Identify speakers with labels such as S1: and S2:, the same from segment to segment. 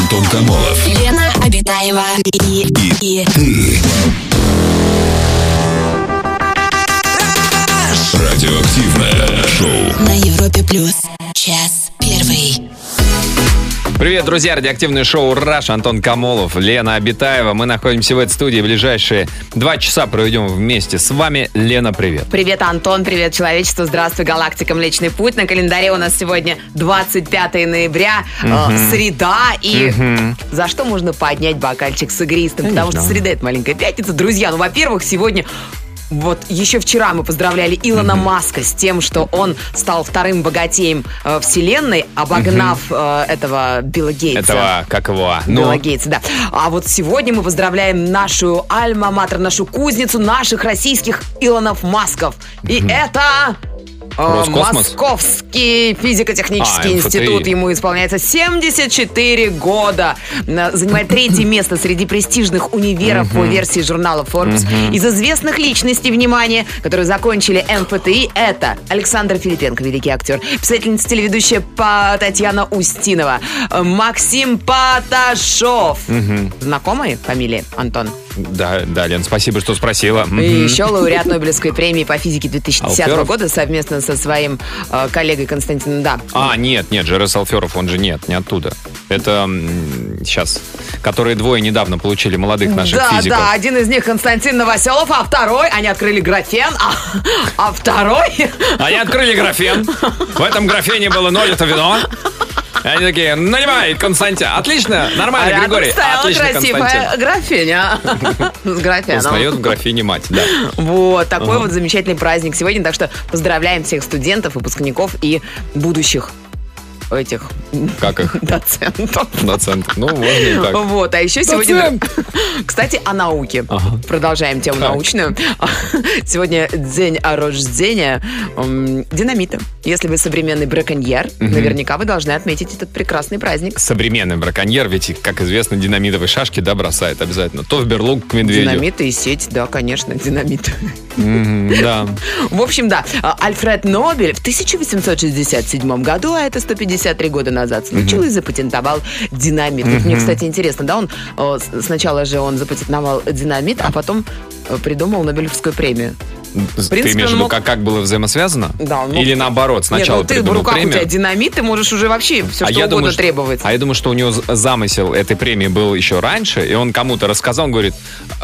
S1: Антон Камолов.
S2: Лена Обитаева и, и, и
S1: Ты. Радиоактивное шоу.
S2: на Европе плюс. Час первый.
S3: Привет, друзья! Радиоактивное шоу «Раш» Антон Камолов, Лена Абитаева. Мы находимся в этой студии. Ближайшие два часа проведем вместе с вами. Лена, привет!
S4: Привет, Антон, привет, человечество, здравствуй, галактика Млечный Путь. На календаре у нас сегодня 25 ноября, э, среда, и за что можно поднять бокальчик с игристым? Потому что среда – это маленькая пятница. Друзья, ну, во-первых, сегодня вот еще вчера мы поздравляли Илона Маска с тем, что он стал вторым богатеем э, вселенной, обогнав э, этого Билла Гейтса.
S3: Этого, а, как его? Ну,
S4: Билла Гейтса, да. А вот сегодня мы поздравляем нашу Альма-Матер, нашу кузницу наших российских Илонов Масков. И это... э,
S3: Роскосмос?
S4: Московский физико-технический
S3: А, МФТИ.
S4: институт. Ему исполняется 74 года. Э, Занимает третье место среди престижных универов по версии журнала Forbes. Из известных личностей, внимание, которые закончили МФТИ, это Александр Филипенко, великий актер, писательница, телеведущая Па- Татьяна Устинова, э, Максим Паташов. Знакомые фамилии, Антон?
S3: Да, да, Лен, спасибо, что спросила.
S4: И
S3: Мгм.
S4: еще лауреат Нобелевской премии по физике 2010
S3: Алферов?
S4: года совместно со своим э, коллегой Константином. Да.
S3: А, нет, нет, Жерес Алферов, он же нет, не оттуда. Это сейчас, которые двое недавно получили молодых наших
S4: да,
S3: физиков.
S4: да, один из них Константин Новоселов, а второй, они открыли графен, а, а второй,
S3: Они А открыли графен. В этом графене было ноль, это вино. И они такие, наливай, Константин. Отлично,
S4: а
S3: нормально,
S4: рядом
S3: Григорий.
S4: стояла
S3: Отлично, Константин.
S4: красивая графиня с
S3: Узнает
S4: графеном.
S3: в графине мать, да.
S4: Вот, такой вот замечательный праздник сегодня, так что поздравляем всех студентов, выпускников и будущих этих
S3: Как их?
S4: доцентов.
S3: Доцент. Ну, можно и так.
S4: Вот, а еще сегодня...
S3: Доцент!
S4: Кстати, о науке.
S3: Ага.
S4: Продолжаем тему
S3: Так.
S4: научную. Сегодня день рождения м, динамита. Если вы современный браконьер, наверняка вы должны отметить этот прекрасный праздник.
S3: Современный браконьер, ведь, как известно, динамитовые шашки, да, бросает обязательно. То в берлугу к медведю.
S4: Динамит и сеть, да, конечно, динамит.
S3: Мгм, Да.
S4: В общем, да, а, Альфред Нобель в 1867 году, а это 153 года назад, случилось, запатентовал динамит. Вот мне, кстати, интересно, да, он э, с- сначала же он запатентовал динамит, а потом э, придумал Нобелевскую премию. принципе,
S3: Ты имеешь в
S4: он
S3: виду,
S4: мог-
S3: как, как было взаимосвязано?
S4: Да, он мог-
S3: Или наоборот, сначала
S4: Нет, ну ты в
S3: придумал
S4: руках у
S3: премию? А
S4: тебя динамит, ты можешь уже вообще все, что
S3: я
S4: угодно
S3: думаю, что-
S4: требовать.
S3: А я думаю, что у него з- замысел этой премии был еще раньше, и он кому-то рассказал, он говорит,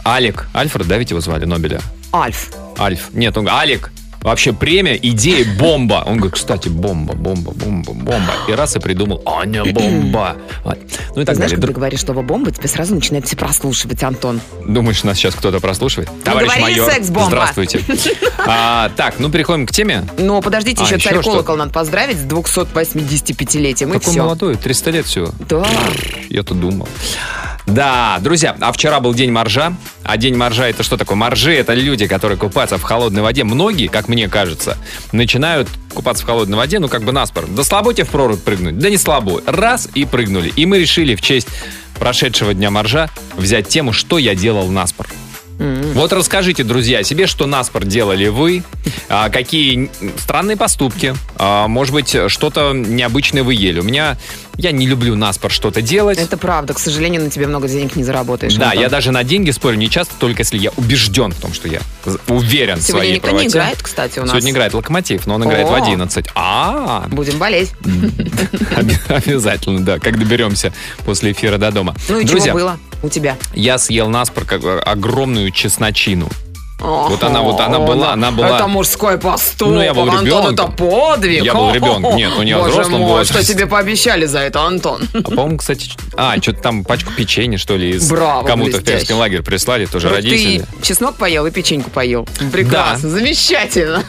S3: Алик, Альфред, да, ведь его звали, Нобеля?
S4: Альф.
S3: Альф. Нет, он говорит, Алик, вообще премия, идея, бомба. Он говорит, кстати, бомба, бомба, бомба, бомба. И раз и придумал, Аня, бомба. А, Ну и
S4: Ты
S3: так
S4: знаешь,
S3: далее.
S4: когда ты
S3: Друг-
S4: говоришь слово бомба, тебя сразу начинают все прослушивать, Антон.
S3: Думаешь, нас сейчас кто-то прослушивает? Товарищ
S4: говорили,
S3: майор,
S4: Ну, секс-бомба.
S3: здравствуйте. А, так, ну переходим к теме.
S4: Но подождите,
S3: А,
S4: еще
S3: еще
S4: царь
S3: что?
S4: колокол надо поздравить с 285-летием, и
S3: Такой
S4: все.
S3: молодой, 300 лет всего.
S4: Да.
S3: Я-то думал. Да, друзья, а вчера был день моржа. А день моржа это что такое? Моржи это люди, которые купаются в холодной воде. Многие, как мне кажется, начинают купаться в холодной воде, ну как бы наспор. Да слабо тебе в прорубь прыгнуть? Да не слабо. Раз и прыгнули. И мы решили в честь прошедшего дня моржа взять тему, что я делал наспор.
S4: М-м.
S3: Вот расскажите, друзья, о себе, что наспор делали вы, а, какие странные поступки, а, может быть, что-то необычное вы ели. У меня, я не люблю наспор что-то делать.
S4: Это правда, к сожалению, на тебе много денег не заработаешь.
S3: Да,
S4: Антон.
S3: я даже на деньги спорю не часто, только если я убежден в том, что я з- уверен в
S4: Сегодня
S3: своей
S4: никто
S3: правоте.
S4: не играет, кстати, у нас.
S3: Сегодня играет Локомотив, но он играет в
S4: О.
S3: 11. А,
S4: Будем болеть.
S3: обязательно, да, как доберемся после эфира до дома.
S4: Ну и
S3: Друзья,
S4: чего было у тебя?
S3: я съел наспор как бы огромную чесночину.
S4: Вот
S3: она, вот она была, она была.
S4: Это мужской поступок.
S3: Ну, я был
S4: Антон,
S3: ребенком.
S4: это подвиг.
S3: Я был ребенком. Нет, ну, не о
S4: Боже
S3: взрослом
S4: мой,
S3: возрасте.
S4: что тебе пообещали за это, Антон?
S3: А по-моему, кстати, ч- а, что-то там пачку печенья, что ли, из
S4: Браво,
S3: кому-то в
S4: блестяще.
S3: перский лагерь прислали, тоже
S4: Вот
S3: родители.
S4: Ты чеснок поел и печеньку поел. Прекрасно, замечательно.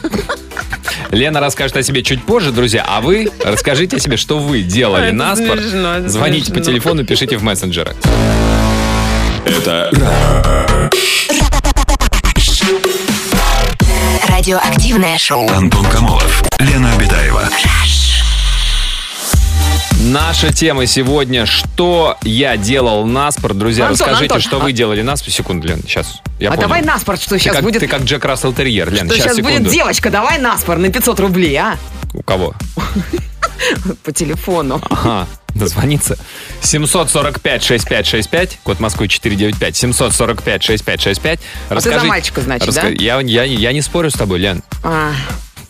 S4: А
S3: Лена расскажет о себе чуть позже, друзья, а вы расскажите о себе, что вы делали
S4: Это
S3: на спор.
S4: смешно, это
S3: Звоните по
S4: смешно.
S3: телефону, пишите в мессенджерах.
S1: Это
S2: Радиоактивное шоу.
S1: Антон Камолов, Лена Обитаева.
S3: Наша тема сегодня «Что я делал на спор?» Друзья,
S4: Антон,
S3: расскажите,
S4: Антон,
S3: что вы делали на спор. Секунду, Лен, сейчас. Я
S4: а
S3: понял.
S4: давай наспорт, что
S3: Ты
S4: сейчас
S3: как-
S4: будет.
S3: Ты как Джек Рассел Терьер, Лен,
S4: что
S3: сейчас,
S4: сейчас будет
S3: секунду.
S4: девочка, давай наспор на 500 рублей, а?
S3: У кого?
S4: По телефону.
S3: Ага, дозвониться. 745-6565, код Москвы 495, 745-6565.
S4: А ты за мальчика, значит, да?
S3: Я, я, я не спорю с тобой, Лен.
S4: А,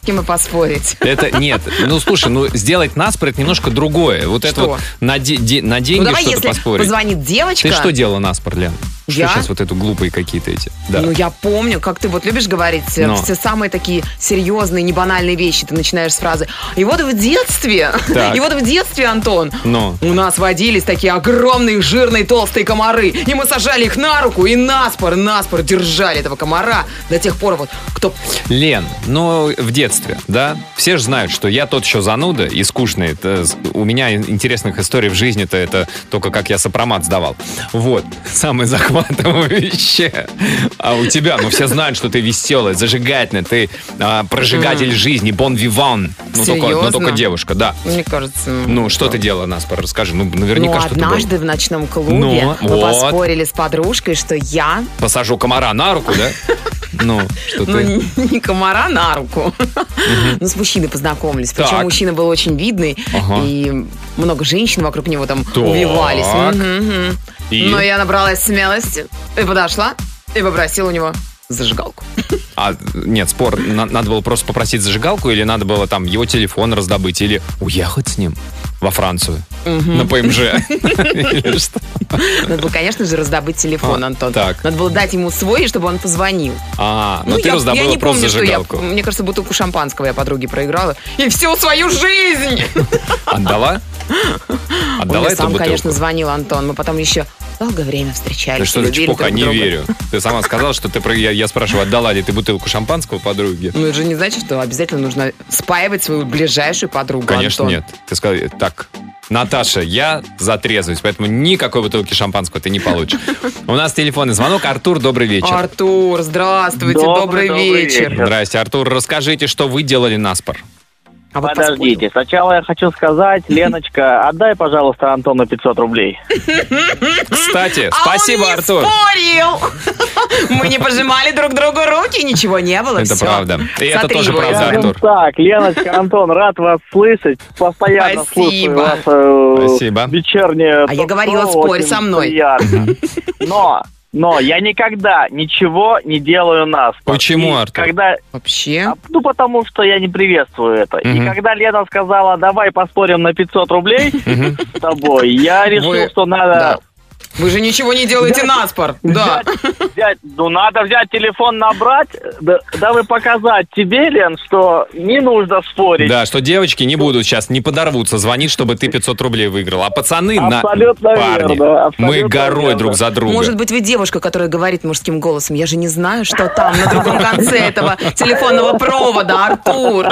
S4: с кем и поспорить.
S3: Это нет. Ну слушай, ну сделать наспорт немножко другое. Вот это
S4: Что?
S3: вот на, де- де- на
S4: Ну
S3: деньги
S4: давай,
S3: что-то
S4: если
S3: поспорить.
S4: позвонит девочка.
S3: Ты что делала наспорт, Лен?
S4: Я?
S3: Что сейчас вот это глупые какие-то эти? Да.
S4: Ну, я помню, как ты вот любишь говорить э,
S3: Но.
S4: все самые такие серьезные, небанальные вещи. Ты начинаешь с фразы «И вот в детстве,
S3: Так.
S4: и вот в детстве, Антон,
S3: Но.
S4: у нас водились такие огромные, жирные, толстые комары, и мы сажали их на руку и наспор, наспор держали этого комара до тех пор вот, кто...
S3: Лен, ну, в детстве, да? Все же знают, что я тот еще зануда и скучный. Это с- у меня ин- интересных историй в жизни-то это только как я сопромат сдавал. Вот, самое захватывающее. А у тебя, ну, все знают, что ты веселая, зажигательная, ты а, прожигатель жизни, бон виван. Ну, только, но
S4: Серьезно?
S3: только девушка, да.
S4: Мне кажется...
S3: Ну, что ты делала, нас расскажи. Ну,
S4: Ну,
S3: наверняка что-то было.
S4: однажды в ночном клубе
S3: Ну,
S4: мы
S3: вот.
S4: поспорили с подружкой, что я,
S3: Посажу комара на руку, да? Ну, что
S4: ну,
S3: ты...
S4: не, не комара на руку, ну, с мужчиной познакомились.
S3: Так.
S4: Причем мужчина был очень видный,
S3: Ага.
S4: и много женщин вокруг него там
S3: Так.
S4: увивались. Мгм, мгм.
S3: И?
S4: Но я набралась смелости и подошла, и попросила у него зажигалку.
S3: А, нет, спор, на- надо было просто попросить зажигалку, или надо было там его телефон раздобыть, или уехать с ним во Францию на ПМЖ. Или что?
S4: Надо было, конечно же, раздобыть телефон,
S3: А,
S4: Антон.
S3: так.
S4: Надо было дать ему свой, чтобы он позвонил.
S3: А, ну ты
S4: я, я
S3: раздобыла
S4: не
S3: просто
S4: помню, что я...
S3: зажигалку.
S4: Мне кажется, бутылку шампанского я подруге проиграла. И всю свою жизнь!
S3: Отдала?
S4: Он
S3: Отдала
S4: мне
S3: А эту
S4: сам, конечно,
S3: бутылку?
S4: звонил Антон. Мы потом еще долгое время встречались.
S3: Да что за
S4: любили
S3: чепуха,
S4: друг
S3: не
S4: друга.
S3: верю. Ты сама сказала, что ты... про- Я я спрашиваю, отдала ли ты бутылку шампанского подруге?
S4: Ну, это же не значит, что обязательно нужно спаивать свою ближайшую подругу,
S3: Конечно,
S4: Антон.
S3: нет. Ты сказал, э, так, Наташа, я затрезвоюсь, поэтому никакой бутылки шампанского ты не получишь. У нас телефонный звонок. Артур, добрый вечер.
S4: Артур, здравствуйте, добрый,
S5: Добрый, добрый
S4: вечер.
S5: вечер.
S3: Здрасте, Артур. Расскажите, что вы делали наспор.
S4: А вот
S5: Подождите, сначала я хочу сказать, Леночка, отдай, пожалуйста, Антону 500 рублей.
S3: Кстати,
S4: поспорим. А
S3: спасибо,
S4: он не
S3: Артур.
S4: спорил! Мы не пожимали друг другу руки, ничего не было.
S3: Это
S4: всё.
S3: правда. И это
S4: Смотри,
S3: тоже
S4: его
S3: правда,
S4: я-
S5: Скажем
S3: Артур.
S5: Так, Леночка, Антон, рад вас слышать. Постоянно
S4: Спасибо.
S5: слушаю вас. э,
S3: Спасибо.
S5: Вечернее.
S4: А я
S5: ток-шоу,
S4: говорила, спорь
S5: очень
S4: со мной.
S5: приятно. Но, но я никогда ничего не делаю нас.
S3: Почему, Артур?
S5: Когда,
S4: Вообще.
S5: а, ну, потому что я не приветствую это. И
S3: Мгм.
S5: когда Лена сказала, давай поспорим на 500 рублей с тобой, я решил,
S4: Вы-
S5: что
S4: Да.
S5: надо
S4: Вы же ничего не делаете на спор. Да.
S5: Взять, взять, ну надо взять телефон, набрать, да, дабы показать тебе, Лен, что не нужно спорить.
S3: Да, что девочки не будут сейчас, не подорвутся звонить, чтобы ты 500 рублей выиграл. А пацаны, на...
S5: Абсолютно
S3: парни,
S5: верно, абсолютно
S3: мы горой
S5: верно.
S3: друг за другом.
S4: Может быть, вы девушка, которая говорит мужским голосом. Я же не знаю, что там на другом конце этого телефонного провода, Артур.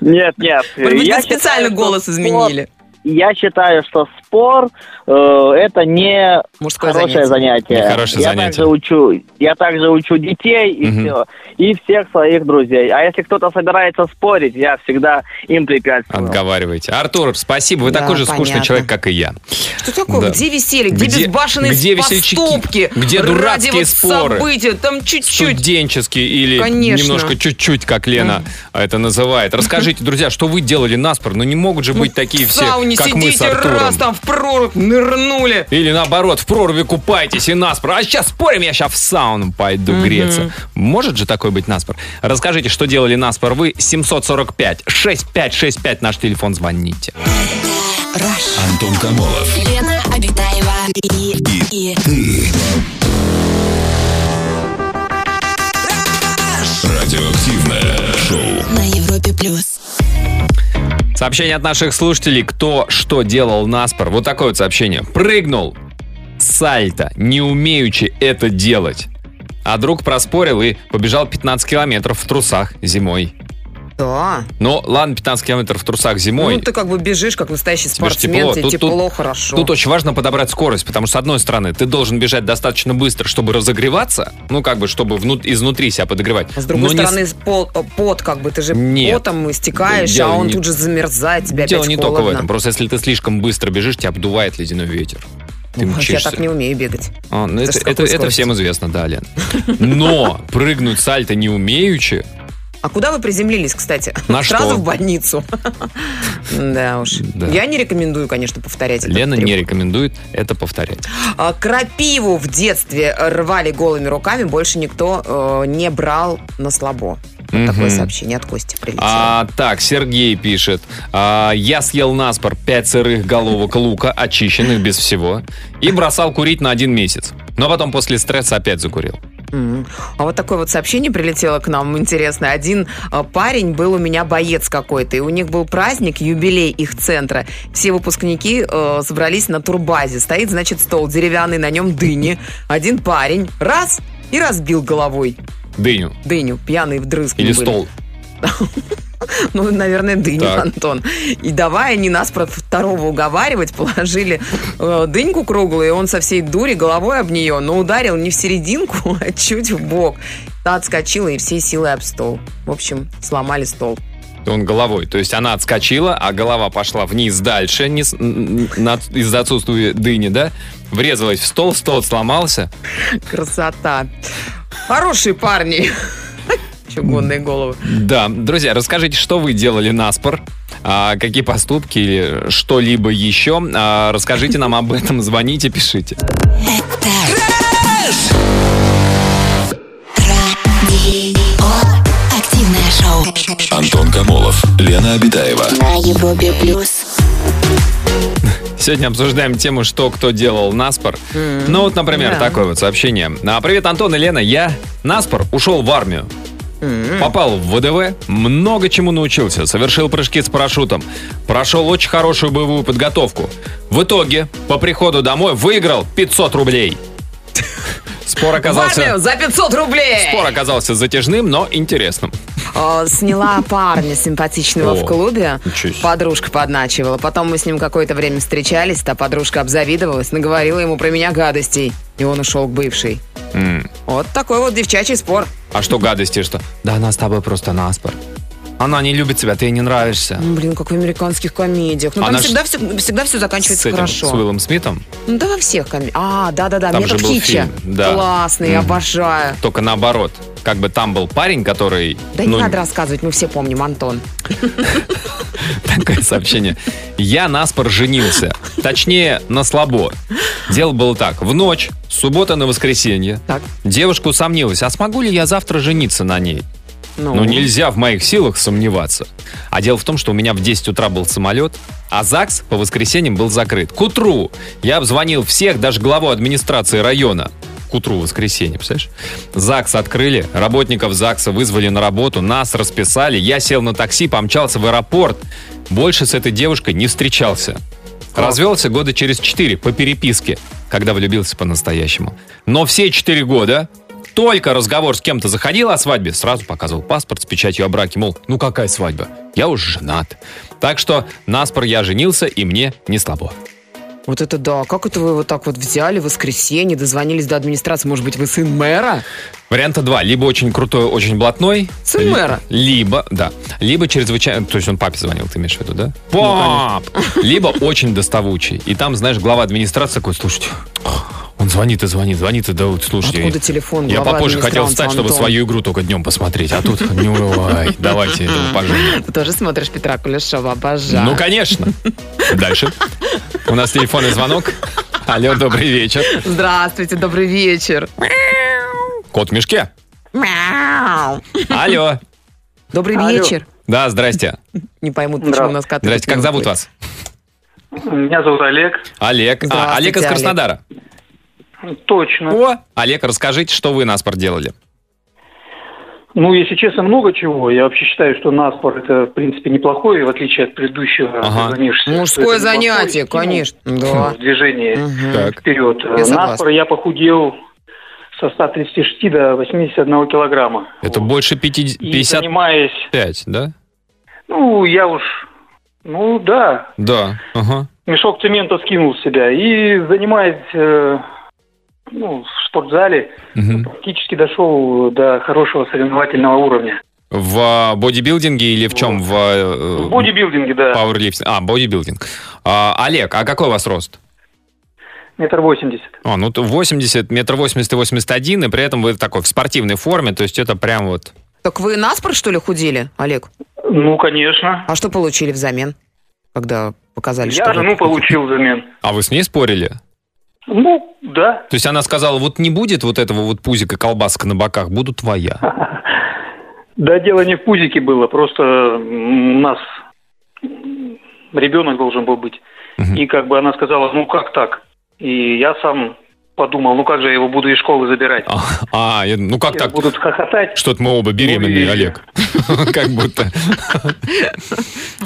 S5: Нет, нет.
S4: Может быть,
S5: я
S4: вы специально
S5: считаю, что
S4: голос
S5: спор-
S4: изменили.
S5: я считаю, что спор э, это не
S4: Мужское
S5: хорошее занятие.
S3: Нехорошее
S5: я
S3: занятие.
S5: Также учу, я также учу детей и,
S3: Мгм.
S5: всё, и всех своих друзей. А если кто-то собирается спорить, я всегда им препятствую.
S3: Отговаривайте. Артур, спасибо. Вы
S4: Да,
S3: такой же скучный
S4: понятно.
S3: человек, как и я.
S4: Что такое?
S3: Да.
S4: Где веселье? Где,
S3: Где-
S4: безбашенные
S3: где весельчаки?
S4: поступки?
S3: Где
S4: Ради
S3: дурацкие
S4: вот
S3: споры?
S4: события? Там чуть-чуть.
S3: Студенческий или
S4: Конечно.
S3: немножко чуть-чуть, как Лена это называет. Расскажите, друзья, что вы делали наспор? Ну не могут же быть такие
S4: в
S3: все,
S4: сауне
S3: как мы с
S4: сидите,
S3: Артуром.
S4: раз там в прорубь нырнули.
S3: Или наоборот, в проруби купайтесь и наспор. А сейчас спорим, я сейчас в сауну пойду греться. Может же такой быть наспор? Расскажите, что делали наспор вы. 745-6565 наш телефон, звоните.
S2: Rush.
S1: Антон Камолов.
S2: Лена Обитаева и, и
S1: Радиоактивное шоу.
S2: на Европе плюс.
S3: Сообщение от наших слушателей, кто что делал наспор. Вот такое вот сообщение. Прыгнул, сальто, не умеючи это делать. А друг проспорил и побежал 15 километров в трусах зимой.
S4: Да.
S3: Ну, ладно, 15 километров в трусах зимой.
S4: Ну, ты как бы бежишь, как настоящий
S3: Тебе ж
S4: спортсмен,
S3: тепло.
S4: тебе
S3: Тут- тут-
S4: тепло, хорошо.
S3: Тут очень важно подобрать скорость, потому что, с одной стороны, ты должен бежать достаточно быстро, чтобы разогреваться, ну, как бы, чтобы внут- изнутри себя подогревать.
S4: А С
S3: Но
S4: другой
S3: не
S4: стороны, пол- э, пот, как бы ты же
S3: Нет.
S4: потом истекаешь,
S3: Дело
S4: а он
S3: не-
S4: тут же замерзает, тебя
S3: Дело
S4: опять
S3: не
S4: холодно.
S3: только в этом. Просто если ты слишком быстро бежишь, тебя обдувает ледяной ветер. Ты
S4: Ой, Ну, Я
S3: мчишься.
S4: так не умею бегать.
S3: А, ну,
S4: Это
S3: это,
S4: ж
S3: это,
S4: какой
S3: это
S4: скорости?
S3: всем известно, да, Лен. Но прыгнуть сальто не умеючи,
S4: А куда вы приземлились, кстати?
S3: На
S4: Сразу
S3: что?
S4: в больницу. Да уж.
S3: Да.
S4: Я не рекомендую, конечно, повторять. этот
S3: Лена
S4: трюк.
S3: не рекомендует это повторять.
S4: А, Крапиву в детстве рвали голыми руками, больше никто э, не брал на слабо. Вот Такое
S3: Мгм.
S4: сообщение от Кости прилетело.
S3: А, так, Сергей пишет. а, я съел наспор 5 сырых головок лука, очищенных без всего, и бросал курить на один месяц. Но потом после стресса опять закурил.
S4: Мгм. А вот такое вот сообщение прилетело к нам интересно. Один э, парень был у меня боец какой-то, и у них был праздник, юбилей их центра. Все выпускники э, собрались на турбазе. Стоит, значит, стол деревянный, на нем дыни. Один парень раз и разбил головой
S3: Дыню.
S4: дыню, пьяный вдрызг. мы
S3: Или
S4: были.
S3: стол.
S4: Ну, наверное, дыню,
S3: Так.
S4: Антон. И давай они нас про второго уговаривать, положили э, дыньку круглую, и он со всей дури головой об нее, но ударил не в серединку, а чуть в бок. Та отскочила и всей силой об стол. В общем, сломали стол.
S3: Он головой. То есть она отскочила, а голова пошла вниз дальше не с- н- н- на- из-за отсутствия дыни, да? Врезалась в стол, стол сломался.
S4: Красота. Хорошие парни. Чугунные головы.
S3: Да, друзья, расскажите, что вы делали на спор, а, какие поступки или что-либо еще. А, расскажите нам об этом, звоните, пишите.
S2: Радио. Активное шоу.
S1: Антон Камолов, Лена Обитаева.
S2: На Европе плюс.
S3: Сегодня обсуждаем тему, что кто делал наспор. Ну вот, например,
S4: да.
S3: такое вот сообщение. А, Привет, Антон и Лена. Я наспор ушел в армию. Попал в ВДВ, много чему научился, совершил прыжки с парашютом, прошел очень хорошую боевую подготовку. В итоге, по приходу домой, выиграл 500 рублей. Спор
S4: В армию
S3: оказался...
S4: за 500 рублей!
S3: Спор оказался затяжным, но интересным.
S4: Э, Сняла парня симпатичного
S3: О,
S4: в клубе.
S3: ничего себе.
S4: Подружка подначивала. Потом мы с ним какое-то время встречались. Та подружка обзавидовалась, наговорила ему про меня гадостей. И он ушел к бывшей.
S3: М.
S4: Вот такой вот девчачий спор.
S3: А что гадости, что? Да она с тобой просто наспор. Она не любит тебя, ты ей не нравишься.
S4: М, Блин, как в американских комедиях. Ну,
S3: Она
S4: там
S3: ж-
S4: всегда, все, всегда все заканчивается
S3: С этим,
S4: хорошо.
S3: с Уиллом Смитом.
S4: Ну, да во всех комедиях. А, да-да-да,
S3: Там
S4: мне
S3: же
S4: как
S3: был
S4: Хитча.
S3: фильм, да.
S4: Классный,
S3: Мгм.
S4: обожаю.
S3: Только наоборот. Как бы там был парень, который...
S4: Да
S3: ну,
S4: не надо рассказывать, мы все помним, Антон.
S3: Такое сообщение. Я наспор женился. Точнее, на слабо. Дело было так. В ночь, с суббота на воскресенье,
S4: Так,
S3: девушка усомнилась, а смогу ли я завтра жениться на ней?
S4: ну,
S3: Ну, нельзя в моих силах сомневаться. А дело в том, что у меня в 10 утра был самолет, а ЗАГС по воскресеньям был закрыт. К утру я обзвонил всех, даже главу администрации района. К утру воскресенья, представляешь? ЗАГС открыли, работников ЗАГСа вызвали на работу, нас расписали, я сел на такси, помчался в аэропорт. Больше с этой девушкой не встречался. Развелся года через четыре по переписке, когда влюбился по-настоящему. Но все четыре года только разговор с кем-то заходил о свадьбе, сразу показывал паспорт с печатью о браке, мол, ну какая свадьба, я уже женат. Так что наспор я женился, и мне не слабо.
S4: Вот это да. Как это вы вот так вот взяли в воскресенье, дозвонились до администрации? Может быть, вы сын мэра?
S3: Варианта два. Либо очень крутой, очень блатной.
S4: Сын мэра.
S3: ли- Либо, да. Либо чрезвычайно... То есть он папе звонил, ты имеешь в виду, да?
S4: Ну,
S3: Пап! либо очень доставучий. И там, знаешь, глава администрации такой, слушайте, он звонит и звонит, звонит и да, вот, слушайте.
S4: Откуда телефон?
S3: Я
S4: глава
S3: попозже хотел
S4: администранца
S3: встать, чтобы
S4: Антон?
S3: свою игру только днем посмотреть. А тут, не урывай, давайте этого поженимся.
S4: Ты тоже смотришь Петра Кулешова, обожаю.
S3: Ну, конечно. Дальше. У нас телефонный звонок. Алло, добрый вечер.
S4: Здравствуйте, добрый вечер.
S3: Кот в мешке.
S4: Мяу.
S3: Алло.
S4: Добрый
S5: Алло.
S4: вечер.
S3: Да, здрасте.
S4: Не поймут, почему у нас коты.
S3: Здрасте, как зовут вас?
S5: Меня зовут Олег.
S3: Олег. А,
S4: Здравствуйте,
S3: Олег из
S4: Олег.
S3: Краснодара.
S5: Точно.
S3: О, Олег, расскажите, что вы нас делали.
S5: Ну, если честно, много чего. Я вообще считаю, что наспор это, в принципе, неплохое, в отличие от предыдущего.
S3: Ага.
S5: ты звонишь, что
S4: Мужское
S5: это неплохое,
S4: занятие,
S5: кинул
S4: конечно. Да.
S5: В движении
S4: Мгм.
S3: Хм. Так.
S5: вперед.
S4: согласна.
S5: наспор я похудел со 136 до 81 килограмма.
S3: Это
S5: Вот.
S3: больше 50
S5: И
S3: 55,
S5: занимаясь,
S3: да?
S5: ну, я уж, ну, да,
S3: Да. Ага.
S5: мешок цемента скинул с себя. И занимаясь, э, ну, в спортзале,
S3: Мгм.
S5: практически дошел до хорошего соревновательного уровня.
S3: В а, бодибилдинге или в чем? В,
S5: В
S3: э,
S5: бодибилдинге, да,
S3: пауэрлифтинг. А, бодибилдинг. А, Олег, а какой у вас рост?
S5: метр восемьдесят.
S3: А, ну то 80, метр 80 и 81, и при этом вы такой в спортивной форме, то есть это прям вот
S4: Так вы наспор, что ли, худели, Олег?
S6: Ну, конечно.
S4: А что получили взамен, когда показали, что...
S6: Я
S4: вы-
S6: жену получил взамен.
S3: А вы с ней спорили?
S6: Ну, да.
S3: То есть она сказала, вот не будет вот этого вот пузика колбаска на боках, буду твоя.
S6: Да, дело не в пузике было, просто м, у нас м, ребенок должен был быть.
S3: Мгм.
S6: И как бы она сказала, ну как так? И я сам подумал, ну как же я его буду из школы забирать?
S3: А, а, я- ну как
S6: Все
S3: так?
S6: Будут хохотать.
S3: Что-то мы оба
S6: Ну
S3: беременные,
S6: и-
S3: Олег. Как будто.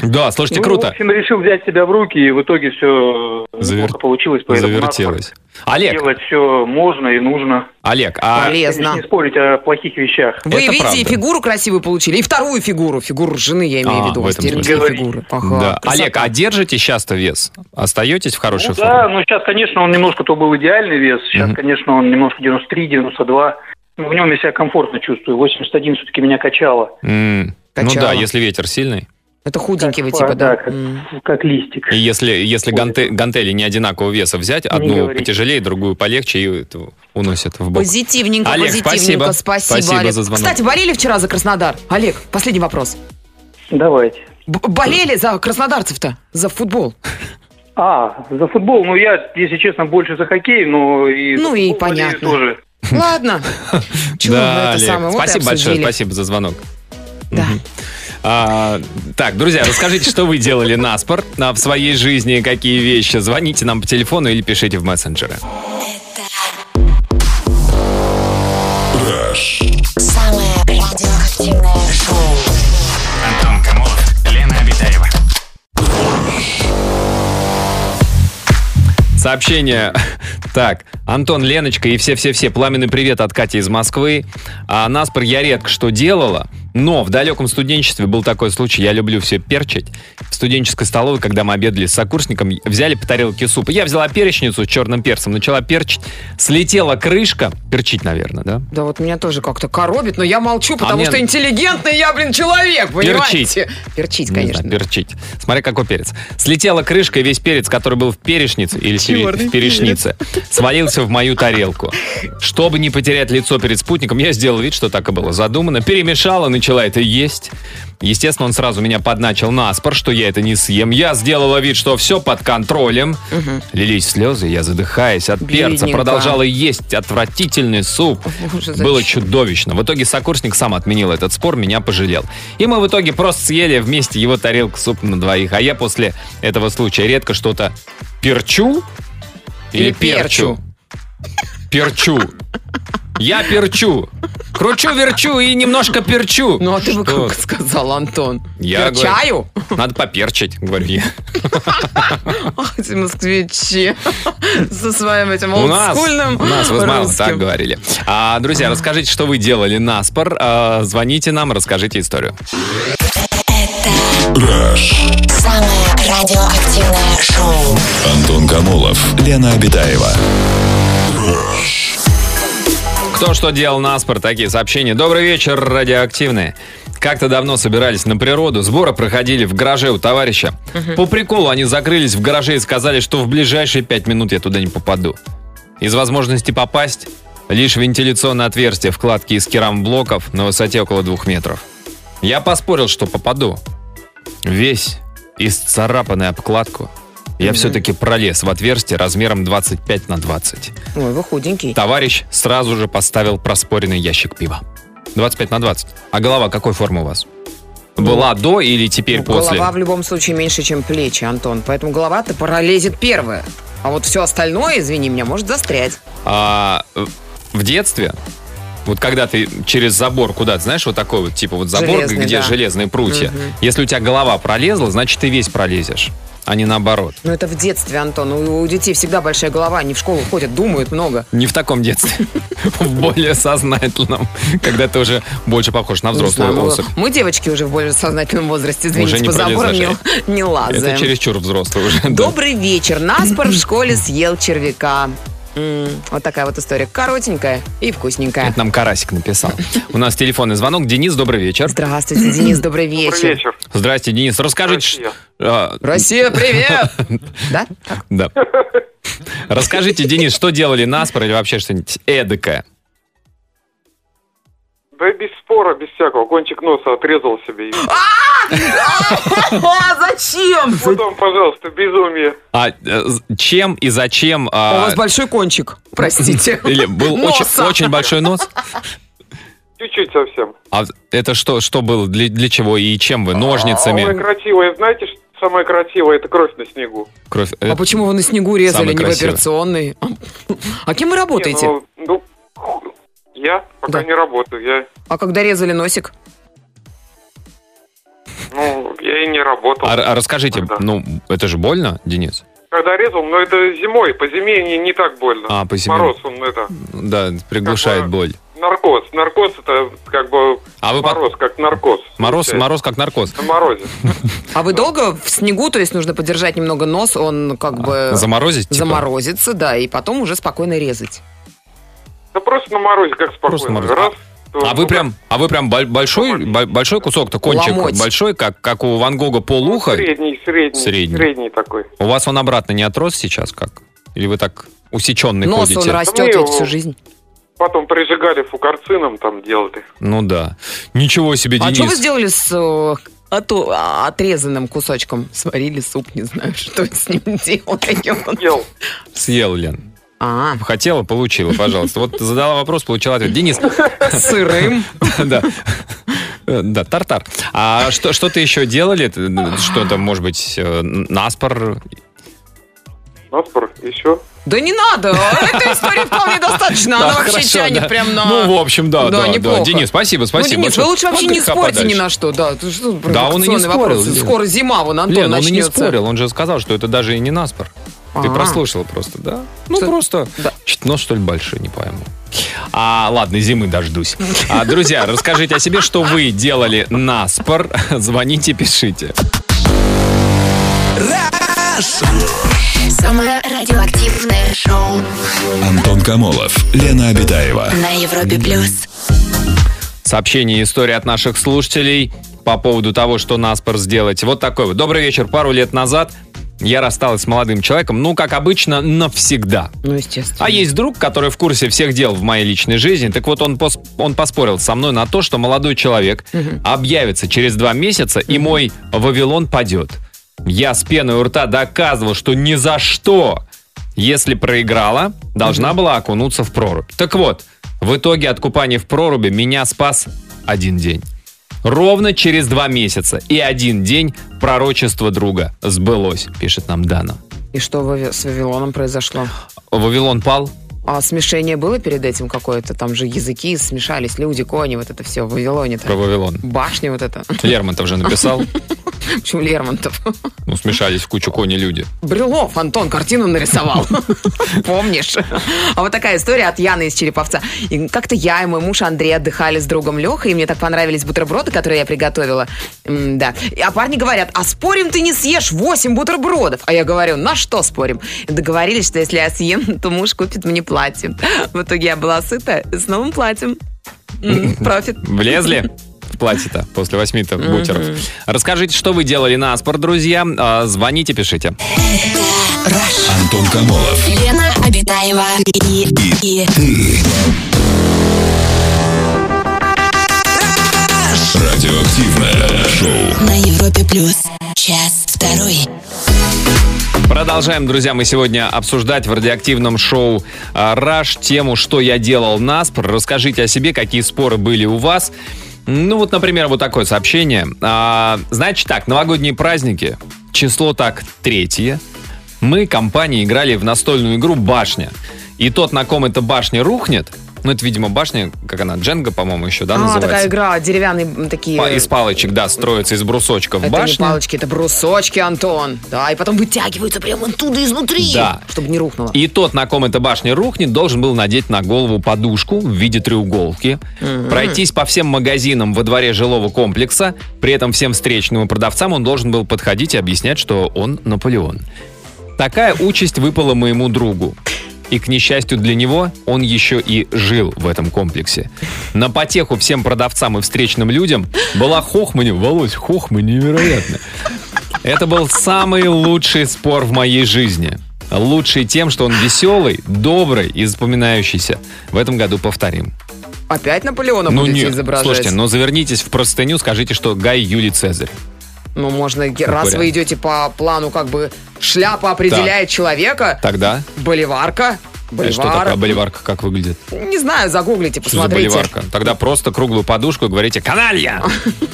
S3: Да, слушайте,
S6: Ну, В
S3: круто.
S6: общем, решил взять себя в руки, и в итоге все
S3: Завер-
S6: получилось. поэтому
S3: Завертелось.
S6: надо
S3: Олег,
S6: Делать все можно и нужно.
S3: Олег, а
S4: Полезно.
S6: Не спорить о плохих вещах.
S4: Вы,
S3: Это
S4: видите, и
S3: правда.
S4: фигуру красивую получили, и вторую фигуру, фигуру жены, я имею
S3: А,
S4: в виду, у
S3: в
S4: вас
S3: этом
S4: теперь
S6: смысле.
S4: две фигуры. Ага,
S3: да.
S4: красота.
S3: Олег, а держите сейчас-то вес? Остаетесь в хорошей
S6: Ну
S3: форме?
S6: да, но сейчас, конечно, он немножко то был идеальный вес. Сейчас,
S3: Мгм.
S6: конечно, он немножко 93-92. Но Ну, в нем я себя комфортно чувствую. 81 все-таки меня качало,
S3: М, Ну
S4: Качало.
S3: да, если ветер сильный.
S4: Это худенький вы
S6: Как
S4: типа,
S6: пар,
S4: да?
S6: да, как-
S4: М.
S6: как листик.
S3: И если, если
S6: Ой.
S3: ганте- гантели не одинакового веса взять, одну
S6: говорите.
S3: потяжелее, другую полегче, и это уносят в бок.
S4: Позитивненько,
S3: Олег, спасибо.
S4: позитивненько. Спасибо,
S3: Спасибо
S4: Олег.
S3: за звонок.
S4: Кстати, болели вчера за Краснодар? Олег, последний вопрос.
S6: Давайте.
S4: Б- болели за краснодарцев-то? За футбол?
S6: А, за футбол. Ну, я, если честно, больше за хоккей, но и... за
S4: Ну и
S6: футбол болею
S4: понятно.
S6: Тоже.
S4: Ладно. Чего вы
S3: да,
S4: это
S3: Олег,
S4: самое? Вот и
S3: спасибо большое,
S4: обсудили.
S3: спасибо за звонок.
S4: Да.
S3: Мгм. А, так, друзья, расскажите, что вы делали на спорт, а, в своей жизни, какие вещи. Звоните нам по телефону или пишите в мессенджеры.
S2: Самое радиоактивное шоу.
S7: Антон Камолов, Лена Обитаева.
S3: Сообщение. Так, Антон, Леночка и все-все-все. Пламенный привет от Кати из Москвы. А наспор я редко что делала, но в далеком студенчестве был такой случай. Я люблю все перчить. В студенческой столовой, когда мы обедали с сокурсником, взяли по тарелке супа. Я взяла перечницу с черным перцем, начала перчить. Слетела крышка. Перчить, наверное, да?
S4: Да вот меня тоже как-то коробит, но я молчу, потому
S3: А мне-
S4: что интеллигентный я, блин, человек, понимаете? Перчить. Перчить,
S3: Не
S4: конечно.
S3: знаю, перчить. Смотри, какой перец. Слетела крышка, и весь перец, который был в перечнице или
S4: Чёрный
S3: в перечнице, свалился в мою тарелку. Чтобы не потерять лицо перед спутником, я сделал вид, что так и было задумано. Перемешала, начала это есть. Естественно, он сразу меня подначил на спор, что я это не съем. Я сделала вид, что все под контролем. Лились слезы, я задыхаясь от перца,
S4: Бедненько.
S3: продолжала есть отвратительный суп.
S4: Боже, зачем?
S3: Было чудовищно. В итоге сокурсник сам отменил этот спор, меня пожалел. И мы в итоге просто съели вместе его тарелку супа на двоих. А я после этого случая редко что-то перчу или
S4: Или
S3: перчу. Перчу. Я перчу. Кручу-верчу и немножко перчу.
S4: Ну а ты бы
S3: Что
S4: как сказал, Антон?
S3: Я
S4: Перчаю?
S3: Надо поперчить, говорю я.
S4: Ах, эти москвичи. Со своим этим
S3: У нас,
S4: олдскульным
S3: у нас в Измайлово так
S4: русским.
S3: говорили. А, друзья, расскажите, что вы делали на спор. А, звоните нам, расскажите историю.
S2: Самое радиоактивное шоу.
S1: Антон Камолов, Лена Обитаева.
S3: Кто что делал на спор, такие сообщения. Добрый вечер, радиоактивные. Как-то давно собирались на природу, сборы проходили в гараже у товарища. По приколу они закрылись в гараже и сказали, что в ближайшие пять минут я туда не попаду. Из возможности попасть лишь вентиляционное отверстие вкладки из керамблоков на высоте около двух метров. Я поспорил, что попаду. Весь исцарапанный обкладку. Я все-таки пролез в отверстие размером 25 на 20.
S4: Ой, вы худенький.
S3: Товарищ сразу же поставил проспоренный ящик пива. 25 на 20. А голова какой формы у вас? Была до или теперь
S4: Ну,
S3: после?
S4: Голова в любом случае меньше, чем плечи, Антон. Поэтому голова-то пролезет первая. А вот все остальное, извини меня, может застрять.
S3: А, э, в детстве, вот когда ты через забор куда-то, знаешь, вот такой вот, типа вот забор,
S4: Железный,
S3: где
S4: да.
S3: железные прутья.
S4: Мгм.
S3: Если у тебя голова пролезла, значит ты весь пролезешь, а не наоборот.
S4: Но Ну, это в детстве, Антон. У, у детей всегда большая голова. Они в школу ходят, думают много.
S3: Не в таком детстве, в более сознательном, когда ты уже больше похож на
S4: Не
S3: взрослую
S4: знаю, мы-
S3: особь.
S4: Мы, девочки, уже в более сознательном возрасте, извините,
S3: Уже не
S4: по заборам не,
S3: пролезаешь, а?
S4: не лазаем.
S3: Это чересчур взрослый уже. да.
S4: Добрый вечер. Наспор в школе съел червяка. М, Вот такая вот история. Коротенькая и вкусненькая.
S3: Это нам Карасик написал. У нас телефонный звонок. Денис, добрый вечер.
S4: Здравствуйте, Денис, добрый вечер.
S6: Добрый вечер.
S3: Здрасте, Денис. Расскажите... ш- а,
S4: Россия, привет! Да?
S3: да. Расскажите, Денис, что делали наспор или вообще что-нибудь эдакое?
S8: Да без спора, без всякого. Кончик носа отрезал себе. И
S4: А зачем?
S8: потом, пожалуйста, безумие.
S3: А э, з- чем и зачем?
S4: У
S3: а,
S4: вас большой кончик, простите.
S3: Или был очень,
S4: Носа.
S3: очень большой нос?
S8: Чуть-чуть совсем.
S3: А это что, что было? Для, для чего и чем
S8: А,
S3: вы?
S8: Самое
S3: Ножницами?
S8: красивое, знаете, что самое красивое, это кровь на снегу.
S3: Кровь? Э,
S4: А почему вы на снегу резали,
S3: Самый
S4: не в
S3: красивый.
S4: операционной? А кем вы
S8: Не,
S4: работаете?
S8: ну, ну, ху- я пока
S4: Да.
S8: не работаю. Я,
S4: А когда резали носик?
S8: ну, я и не работал.
S3: а, а расскажите,
S8: Да.
S3: ну, это же больно, Денис?
S8: Когда резал, но это зимой, по зиме не, не так больно.
S3: А, по зиме.
S8: Мороз, он это,
S3: Да, приглушает
S8: Какое?
S3: боль.
S8: наркоз. Наркоз это как бы
S3: А вы по-
S8: мороз, как наркоз.
S3: Мороз,
S8: получается.
S3: мороз как наркоз.
S8: На морозе.
S4: А вы долго в снегу, то есть нужно подержать немного нос, он как бы
S3: Заморозить? А, типа?
S4: заморозится, да, и потом уже спокойно резать.
S8: Да просто на морозе, как
S3: Просто
S8: спокойно.
S3: на морозе.
S8: Раз, то-
S3: А вы прям, а вы прям бо- большой, бо- большой кусок-то, кончик
S4: Ломоть.
S3: большой, как, как у Ван Гога
S8: Ну,
S3: полуха?
S8: Средний, средний,
S3: Средний.
S8: средний. такой.
S3: У вас он обратно не отрос сейчас как? Или вы так усеченный
S4: Нос
S3: ходите?
S4: он растет
S8: Да мы
S4: ведь
S8: его-
S4: всю жизнь.
S8: Потом прижигали фукарцином, там делали.
S3: Ну да. Ничего себе,
S4: А
S3: Денис.
S4: что вы сделали с э, оту- а, отрезанным кусочком? Сварили суп, не знаю, что с ним делать.
S8: Ел.
S3: Съел, Лен.
S4: А,
S3: Хотела, получила, пожалуйста. Вот задала вопрос, получила ответ. Денис,
S4: сырым.
S3: да. Э, Да, тартар. А что, что-то еще делали? Что-то, может быть, э, наспор?
S8: Наспор, еще.
S4: Да не надо, этой истории вполне достаточно. Она
S3: Да,
S4: вообще
S3: хорошо,
S4: тянет
S3: да.
S4: прям на...
S3: Ну, в общем, да,
S4: Да,
S3: да, да.
S4: неплохо.
S3: Денис, спасибо, спасибо.
S4: ну, Денис,
S3: большое.
S4: вы лучше вообще
S3: Вот
S4: не
S3: греха
S4: спорьте ни
S3: подальше.
S4: на что. Да, Ты что,
S3: Да, он и не
S4: провокационный
S3: спорил,
S4: вопрос.
S3: Лен.
S4: Скоро зима, вон Антон
S3: Лен, он и не
S4: начнется.
S3: спорил, он же сказал, что это даже и не наспор. Ты
S4: А.
S3: прослушала просто, да? Ну,
S4: Что-
S3: просто
S4: Да.
S3: чё-то нос, что ли, большой, не пойму. А, ладно, зимы дождусь. А, друзья, расскажите о себе, что вы делали наспор. Звоните, пишите.
S2: Самое радиоактивное шоу
S1: Антон Камолов, Лена Обитаева.
S2: на Европе плюс.
S3: Сообщение и истории от наших слушателей по поводу того, что наспор сделать. Вот такой вот. Добрый вечер. Пару лет назад я рассталась с молодым человеком, ну, как обычно, навсегда.
S4: Ну, естественно.
S3: А есть друг, который в курсе всех дел в моей личной жизни. Так вот, он, пос- он поспорил со мной на то, что молодой человек объявится через два месяца, и мой Вавилон падет. Я с пеной у рта доказывал, что ни за что, если проиграла, должна была окунуться в прорубь. Так вот, в итоге от купания в проруби меня спас один день. Ровно через два месяца и один день пророчество друга сбылось, пишет нам Дана.
S4: И что Вави- с Вавилоном произошло?
S3: Вавилон пал,
S4: А смешение было перед этим какое-то? Там же языки смешались, люди, кони, вот это все в
S3: про
S4: Вавилоне-то.
S3: Вавилон.
S4: Башня вот это.
S3: Лермонтов же написал.
S4: Почему Лермонтов?
S3: Ну, смешались в кучу кони люди.
S4: Брюлов, Антон, картину нарисовал. Помнишь? А вот такая история от Яны из Череповца. И как-то я и мой муж Андрей отдыхали с другом Лехой, и мне так понравились бутерброды, которые я приготовила. М, да. И- А парни говорят, а спорим ты не съешь 8 бутербродов? А я говорю, на что спорим? И договорились, что если я съем, то муж купит мне платье. В итоге я была сыта с новым платьем. М, Профит.
S3: Влезли? В платье-то после восьми-то бутеров. Расскажите, что вы делали на аспорт, друзья. А, Звоните, пишите.
S1: Антон Камолов.
S2: Лена Обитаева и, и,
S1: Радиоактивное шоу.
S2: на Европе плюс. Час второй.
S3: Продолжаем, друзья, мы сегодня обсуждать в радиоактивном шоу а, «Раш» тему «Что я делал наспор». Расскажите о себе, какие споры были у вас. Ну вот, например, вот такое сообщение. А, значит так, новогодние праздники, число так третье. Мы, компания, играли в настольную игру «Башня». И тот, на ком эта башня рухнет, ну это, видимо, башня, как она, Дженга, по-моему, еще, да,
S4: А, такая
S3: называется? А,
S4: игра, деревянные м, такие...
S3: Па- Из палочек, да, строится из брусочков
S4: Это не
S3: башня.
S4: палочки, это брусочки, Антон. Да, и потом вытягиваются прямо оттуда изнутри.
S3: Да.
S4: Чтобы не рухнуло.
S3: И тот, на ком эта башня рухнет, должен был надеть на голову подушку в виде треуголки, пройтись по всем магазинам во дворе жилого комплекса, при этом всем встречным и продавцам он должен был подходить и объяснять, что он Наполеон. Такая участь выпала моему другу. И, к несчастью для него, он еще и жил в этом комплексе. На потеху всем продавцам и встречным людям была Хохманева. Володь, Хохмань невероятно. Это был самый лучший спор в моей жизни. Лучший тем, что он веселый, добрый и запоминающийся. В этом году повторим.
S4: Опять Наполеона
S3: Ну
S4: будете
S3: нет,
S4: изображать?
S3: слушайте, ну завернитесь в простыню, скажите, что Гай Юлий Цезарь.
S4: Ну, можно, ге-
S3: Как
S4: раз вы
S3: вариант.
S4: идете по плану, как бы шляпа определяет человека,
S3: Тогда?
S4: боливарка,
S3: Э, Что такое
S4: боливар,
S3: боливарка, как выглядит?
S4: не знаю, загуглите,
S3: Что за
S4: посмотрите.
S3: боливарка? Тогда просто круглую подушку и говорите «Каналья!»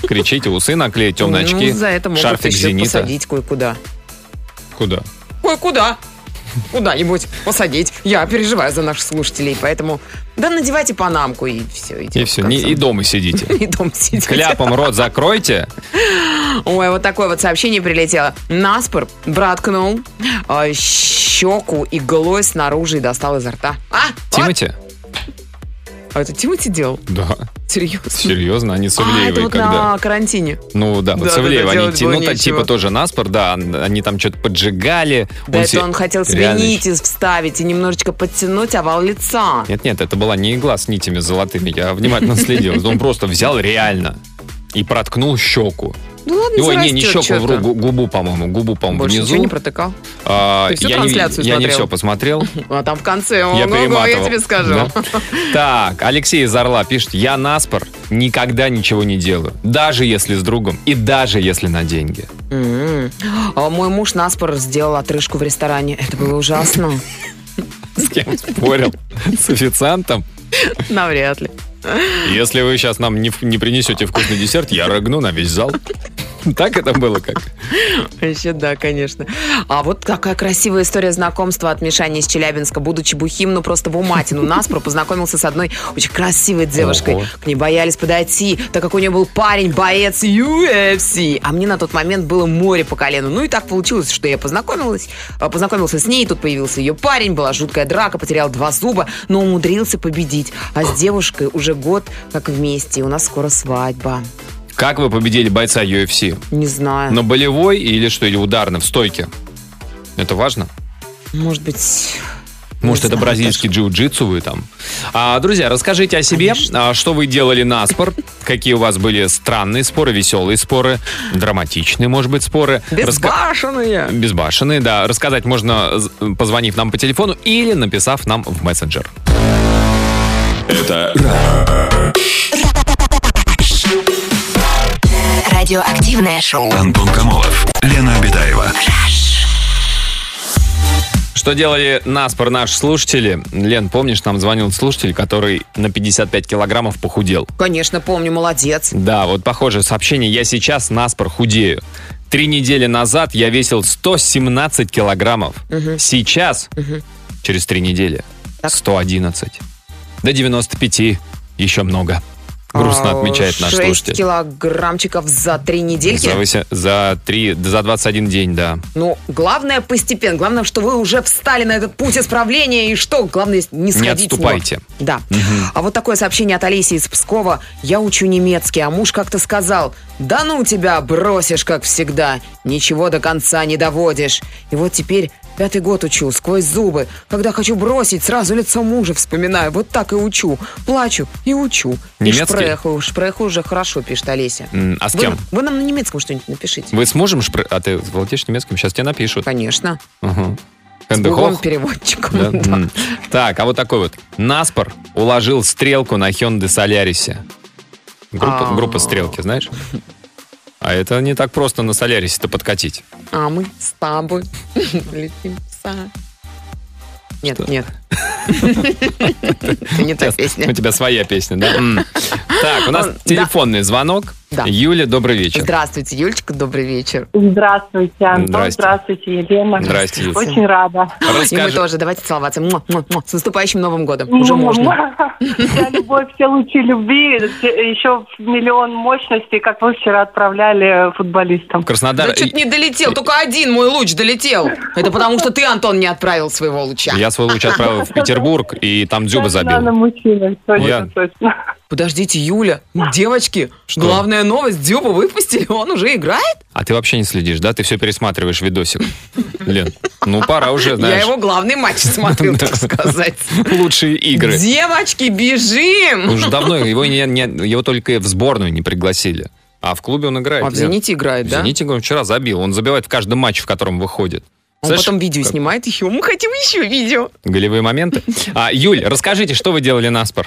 S3: Кричите, усы наклеить, темные очки,
S4: Ну, за это могут
S3: шарфик
S4: еще
S3: «Зенита».
S4: посадить кое-куда.
S3: Куда?
S4: Кое-куда. Куда-нибудь посадить. Я переживаю за наших слушателей, поэтому... Да надевайте панамку и все.
S3: И все, не, и дома сидите.
S4: И дом сидите.
S3: Кляпом рот закройте.
S4: Ой, вот такое вот сообщение прилетело. Наспор проткнул э, щеку иглой снаружи и достал изо рта. А,
S3: Тимати?
S4: а это Тимати делал?
S3: Да,
S4: Серьезно?
S3: серьезно, они с
S4: А, это
S3: Ивлеевой
S4: вот
S3: когда.
S4: на карантине.
S3: Ну да, вот
S4: Да,
S3: с Ивлеевой
S4: да, да,
S3: они
S4: делать было
S3: тянут, а,
S4: нечего.
S3: типа тоже наспор, да, ан- они там что-то поджигали.
S4: Да
S3: се-
S4: это он хотел
S3: Реально
S4: сменить и вставить, и немножечко подтянуть овал лица.
S3: Нет, нет, это была не игла с нитями золотыми. Я внимательно следил. Он просто взял реально и проткнул щеку.
S4: Ну ладно,
S3: Ой, не, не
S4: зарастет
S3: щеку,
S4: чё-то.
S3: вру, гу- губу, по-моему, губу, по-моему,
S4: Больше ничего
S3: внизу.
S4: не протыкал.
S3: А,
S4: Ты всю
S3: я, не, ви-
S4: трансляцию
S3: я не
S4: смотрел?
S3: все посмотрел.
S4: А там в конце,
S3: Я
S4: ого-го,
S3: перематывал.
S4: я тебе скажу.
S3: Да. Так, Алексей из Орла пишет, я наспор никогда ничего не делаю. Даже если с другом и даже если на деньги.
S4: М. А Мой муж наспор сделал отрыжку в ресторане. Это было ужасно.
S3: С кем спорил? С официантом?
S4: Навряд ли.
S3: Если вы сейчас нам не, в- не принесете вкусный десерт, я рыгну на весь зал. Так это было как?
S4: Вообще, да, конечно. А вот какая красивая история знакомства от Мишани из Челябинска. Будучи бухим, ну просто в уматину наспор познакомился с одной очень красивой девушкой.
S3: Ого.
S4: К ней боялись подойти, так как у нее был парень, боец UFC. А мне на тот момент было море по колену. Ну и так получилось, что я познакомилась, э, познакомился с ней, тут появился ее парень, была жуткая драка, потерял два зуба, но умудрился победить. А с девушкой уже год как вместе, и у нас скоро свадьба.
S3: Как вы победили бойца UFC?
S4: Не знаю.
S3: На болевой или что, или ударно, в стойке? Это важно?
S4: Может быть...
S3: Может,
S4: Не
S3: это
S4: знаю
S3: бразильский джиу-джитсу вы там? А, друзья, расскажите о себе, а, что вы делали на спор, какие у вас были странные споры, веселые споры, драматичные, может быть, споры. Раска-
S4: Безбашенные.
S3: Безбашенные, да. Рассказать можно, з- позвонив нам по телефону или написав нам в мессенджер.
S2: Радиоактивное шоу.
S1: Антон Камолов, Лена Обитаева.
S3: Что делали на спор наши слушатели? Лен, помнишь, нам звонил слушатель, который на 55 килограммов похудел?
S4: Конечно, помню, молодец.
S3: Да, вот похожее сообщение. Я сейчас наспор худею. Три недели назад я весил 117 килограммов. Сейчас, через три недели, 111. До 95 еще много. Грустно
S4: А,
S3: отмечает наш
S4: шесть
S3: слушатель.
S4: килограммчиков за три недельки.
S3: За, выся- за, три, за 21 день, да.
S4: Ну, главное постепенно. Главное, что вы уже встали на этот путь исправления. И что? Главное, не сходить
S3: Не
S4: с него.
S3: отступайте.
S4: Да. А вот такое сообщение от Олеси из Пскова. Я учу немецкий, а муж как-то сказал, да ну тебя бросишь, как всегда, ничего до конца не доводишь. И вот теперь пятый год учу, сквозь зубы. Когда хочу бросить, сразу лицо мужа вспоминаю. Вот так и учу. Плачу и учу. И
S3: Немецкий?
S4: шпреху. Шпреху уже хорошо, пишет Олеся.
S3: М, А с
S4: Вы-
S3: кем?
S4: Вы, нам на немецком что-нибудь напишите.
S3: Вы с мужем? шпр- А ты владеешь немецким? Сейчас тебе напишут.
S4: Конечно.
S3: Угу.
S4: С
S3: Хэнде
S4: гуглом
S3: хох?
S4: переводчиком.
S3: Да?
S4: да.
S3: М. Так, а вот такой вот. Наспор уложил стрелку на Hyundai Солярисе. Группа,
S4: А.
S3: группа стрелки, знаешь? А это не так просто на Солярисе-то подкатить.
S4: А мы с тобой летим пса. Нет, нет. Это не та
S3: У
S4: песня.
S3: тебя своя песня, да? М. Так, у нас
S4: Он- да.
S3: телефонный звонок.
S4: Да.
S3: Юля, добрый вечер.
S4: Здравствуйте, Юлечка, добрый вечер.
S9: Здравствуйте, Антон.
S3: Здрасте.
S9: Здравствуйте, Елена.
S3: Здрасте, Юля.
S9: Очень рада.
S4: И мы
S3: Расскажи.
S4: тоже. Давайте целоваться. Муа, муа, муа. С наступающим Новым годом. Уже можно.
S9: Вся любовь, все лучи любви, те- еще миллион мощностей, как вы вчера отправляли футболистам.
S3: Краснодар.
S4: Да чуть не долетел, только один мой луч долетел. Это потому, что ты, Антон, не отправил своего луча.
S3: Я свой луч отправил в Петербург, и там Дзюба
S9: Она
S3: забил.
S9: мучилась, точно,
S3: Я-
S9: точно.
S4: Подождите, Юля, девочки, главная новость, Дюба выпустили, он уже играет?
S3: А ты вообще не следишь, да? Ты все пересматриваешь видосик. Лен, ну пора уже,
S4: Я
S3: знаешь.
S4: его главный матч смотрел, так сказать.
S3: Лучшие игры.
S4: Девочки, бежим!
S3: Уже давно его, не, не- его только в сборную не пригласили. А в клубе он играет.
S4: А в «Зените» играет, да?
S3: «Зените» он вчера забил. Он забивает в каждом матче, в котором выходит.
S4: Он
S3: Слышишь,
S4: потом видео
S3: как
S4: снимает еще. Мы хотим еще видео.
S3: Голевые моменты. А, Юль, расскажите, что вы делали на спор?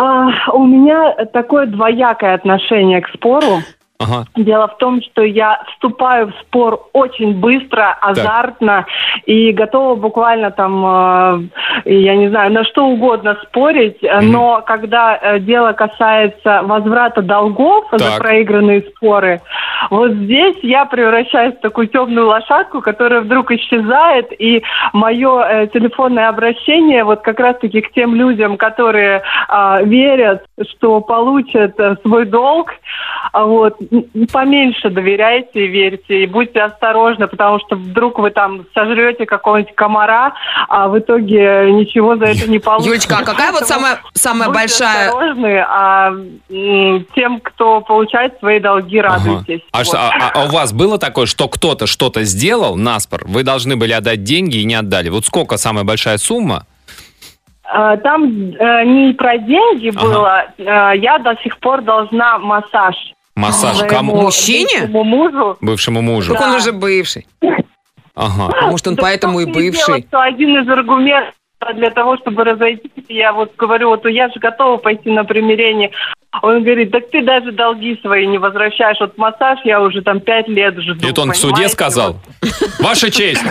S9: А, у меня такое двоякое отношение к спору.
S3: Ага.
S9: Дело в том, что я вступаю в спор очень быстро, азартно и готова буквально там, э, я не знаю, на что угодно спорить, э,
S3: Мгм.
S9: но когда э, дело касается возврата долгов
S3: Так.
S9: за проигранные споры, вот здесь я превращаюсь в такую темную лошадку, которая вдруг исчезает, и мое э, телефонное обращение вот как раз-таки к тем людям, которые а, верят, что получат э, свой долг, а вот м, поменьше доверяйте и верьте, и будьте осторожны, потому что вдруг вы там сожрете какого-нибудь комара, а в итоге ничего за это не получите.
S4: Юлечка, а какая вот
S9: Поэтому
S4: самая, самая
S9: будьте
S4: большая...
S9: осторожны, а м, тем, кто получает свои долги,
S3: Ага.
S9: радуйтесь.
S3: А, что-
S9: Вот.
S3: а- а у вас было такое, что кто-то что-то сделал наспор, вы должны были отдать деньги и не отдали? Вот сколько самая большая сумма?
S9: А, Там э, не про деньги
S3: Ага.
S9: было, э, я до сих пор должна массаж.
S3: Массаж
S9: своему
S3: кому?
S4: Мужчине?
S9: бывшему мужу.
S3: Бывшему мужу.
S4: Так он уже бывший.
S3: Ага.
S4: Может, он
S9: Да
S4: поэтому
S9: в
S4: и
S9: том-то дело,
S4: бывший.
S9: что один из аргументов для того, чтобы разойтись, я вот говорю, вот я же готова пойти на примирение. Он говорит, так ты даже долги свои не возвращаешь. Вот массаж я уже там пять лет жду.
S3: Это он в суде
S9: Ну, понимаете?
S3: сказал?
S9: Вот.
S3: Ваша честь!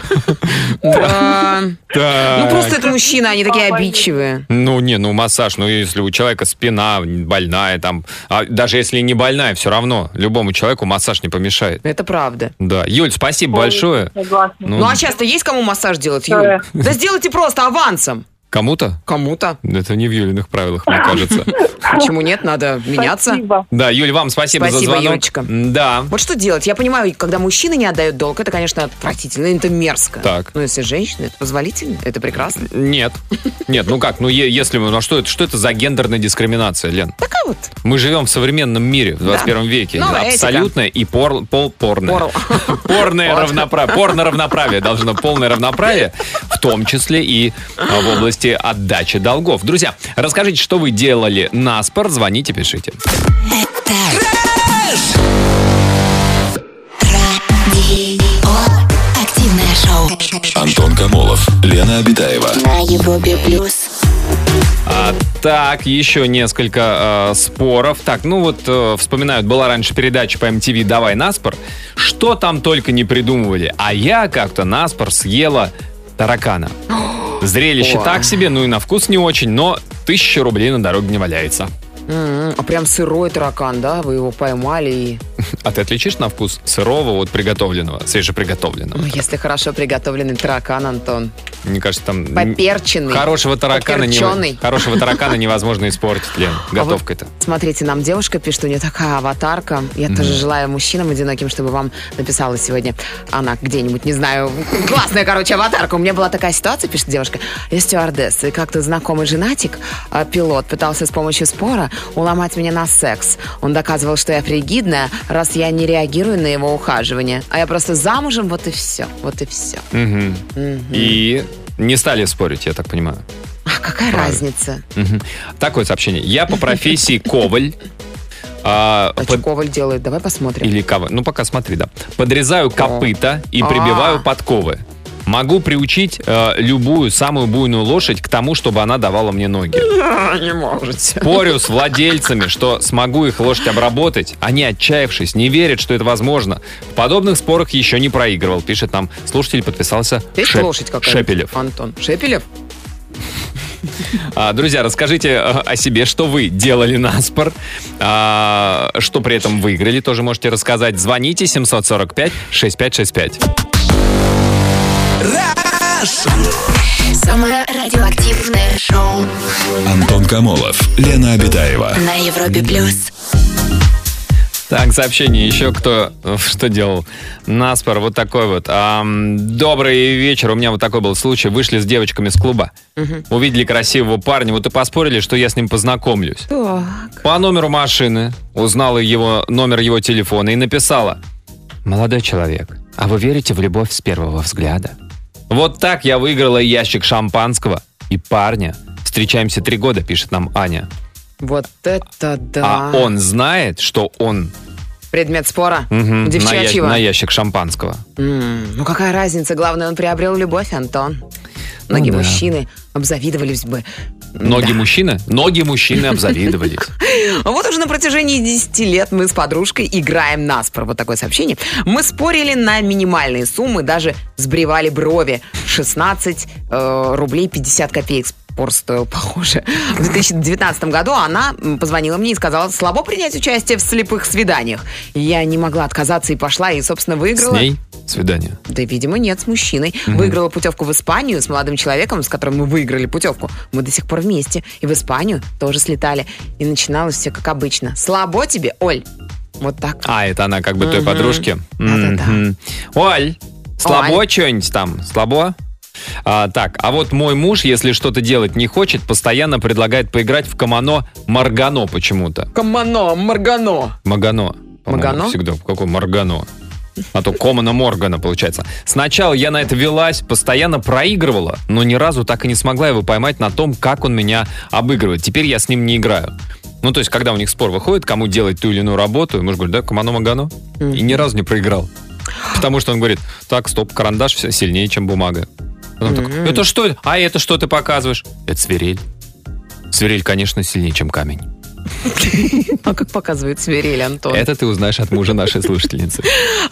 S4: Да. Ну,
S3: Так.
S4: просто это мужчины, они такие обидчивые.
S3: Ну, не, ну массаж, ну если у человека спина больная, там, а даже если не больная, все равно любому человеку массаж не помешает.
S4: Это правда.
S3: Да. Юль, спасибо большое.
S9: Согласна.
S3: Ну,
S4: Ну, а часто есть кому массаж делать,
S9: Да.
S4: Юль? Да сделайте просто авансом.
S3: Кому-то?
S4: Кому-то.
S3: Это не в Юлиных правилах, мне кажется.
S4: Почему нет? Надо меняться.
S9: Спасибо.
S3: Да, Юль, вам спасибо, за
S4: Спасибо,
S3: звонок.
S4: Юлечка.
S3: Да.
S4: Вот что делать? Я понимаю, когда мужчины не отдают долг, это, конечно, отвратительно, это мерзко.
S3: Так.
S4: Но если женщины, это позволительно, это прекрасно.
S3: Нет. Нет, ну как, ну е- если мы, ну а что это, что это за гендерная дискриминация, Лен?
S4: Такая вот
S3: Мы живем в современном мире, в 21 веке.
S4: Новая этика.
S3: Абсолютное и пор, пол, порное.
S4: пора.
S3: Порное равноправие. Порно равноправие. Должно полное равноправие, в том числе и а, в области отдачи долгов. Друзья, расскажите, что вы делали на спор. Звоните, пишите.
S2: Радио. Активное шоу.
S1: Антон Камолов, Лена Обитаева.
S2: На Европе плюс.
S3: А, так, еще несколько э, споров. Так, ну вот э, вспоминают, была раньше передача по MTV «Давай наспор». Что там только не придумывали. А я как-то наспор съела таракана. Зрелище
S4: О.
S3: так себе, ну и на вкус не очень, но тысяча рублей на дороге не валяется.
S4: М, А прям сырой таракан, да? Вы его поймали и...
S3: А ты отличишь на вкус сырого от приготовленного, свежеприготовленного?
S4: Ну, если хорошо приготовленный таракан, Антон.
S3: Мне кажется, там... м,
S4: Поперченный.
S3: Хорошего таракана, не,
S4: Поперченый.
S3: хорошего таракана невозможно испортить, Лен,
S4: А
S3: готовкой-то.
S4: Смотрите, нам девушка пишет, у нее такая аватарка. Я тоже желаю мужчинам одиноким, чтобы вам написала сегодня она где-нибудь, не знаю, классная, короче, аватарка. У меня была такая ситуация, пишет девушка. Я стюардесса, и как-то знакомый женатик, а, пилот, пытался с помощью спора уломать меня на секс. Он доказывал, что я фригидная, раз я не реагирую на его ухаживание. А я просто замужем, вот и все, вот и все.
S3: Мгм. И не стали спорить, я так понимаю.
S4: А какая
S3: Правильно.
S4: разница?
S3: Мгм. Такое сообщение. Я по профессии коваль. А, под-
S4: А что Коваль делает? Давай посмотрим.
S3: Или кова. Ну, пока смотри, да. Подрезаю копыта и
S4: А.
S3: прибиваю подковы. Могу приучить э, любую самую буйную лошадь к тому, чтобы она давала мне ноги.
S4: не можете.
S3: Спорю с владельцами, что смогу их лошадь обработать. Они, отчаявшись, не верят, что это возможно. В подобных спорах еще не проигрывал, пишет нам слушатель, подписался
S4: Есть
S3: Шеп-
S4: лошадь какая-то?
S3: Шепелев.
S4: Антон. Шепелев?
S3: А, друзья, расскажите э, о себе, что вы делали на спор, а, что при этом выиграли, тоже можете рассказать. Звоните 745-6565.
S2: Самое радиоактивное шоу.
S1: Антон Камолов, Лена Обитаева.
S2: На Европе плюс.
S3: Так, сообщение еще, кто э, что делал на спор, вот такой вот. Ам, добрый вечер, у меня вот такой был случай. Вышли с девочками с клуба, увидели красивого парня, вот и поспорили, что я с ним познакомлюсь.
S4: Так.
S3: по номеру машины, узнала его номер его телефона и написала. «Молодой человек, а вы верите в любовь с первого взгляда?» Вот так я выиграла ящик шампанского и парня. Встречаемся три года, пишет нам Аня.
S4: Вот это да.
S3: А он знает, что он
S4: Предмет спора.
S3: мгм, на, я-
S4: Девчачьего.
S3: на ящик шампанского.
S4: М, Ну какая разница? Главное, он приобрел любовь, Антон. Ноги
S3: да.
S4: мужчины обзавидовались бы.
S3: Ноги
S4: Да.
S3: мужчины? Ноги мужчины обзавидовались.
S4: Вот уже на протяжении 10 лет мы с подружкой играем наспор. Вот такое сообщение. Мы спорили на минимальные суммы, даже сбривали брови. 16 э, рублей 50 копеек спор стоил, похоже. В 2019 году она м, позвонила мне и сказала, слабо принять участие в слепых свиданиях. Я не могла отказаться и пошла, и, собственно,
S3: С
S4: выиграла.
S3: ней свидание.
S4: Да, видимо, нет, с мужчиной.
S3: Мгм.
S4: Выиграла путевку в Испанию с молодым человеком, с которым мы выиграли путевку. Мы до сих пор вместе. И в Испанию тоже слетали. И начиналось все как обычно. Слабо тебе, Оль. Вот так.
S3: А, это она как бы той
S4: Мгм.
S3: подружке.
S4: Да-да-да.
S3: Мгм. Оль, слабо что-нибудь там? Слабо? А, так, а вот мой муж, если что-то делать не хочет, постоянно предлагает поиграть в Камано Маргано почему-то.
S4: Камано, Маргано.
S3: Магано. по-моему,
S4: Магано?
S3: Всегда. Какой Маргано? А то Комана Моргана получается. Сначала я на это велась, постоянно проигрывала, но ни разу так и не смогла его поймать на том, как он меня обыгрывает. Теперь я с ним не играю. Ну, то есть, когда у них спор выходит, кому делать ту или иную работу, и муж говорит, да, Комано Магано. И ни разу не проиграл. Потому что он говорит, так, стоп, карандаш все сильнее, чем бумага. Потом так,
S4: Мгм.
S3: это что? А это что ты показываешь? Это свирель. Свирель, конечно, сильнее, чем камень.
S4: А как показывает свирель Антон.
S3: Это ты узнаешь от мужа нашей слушательницы.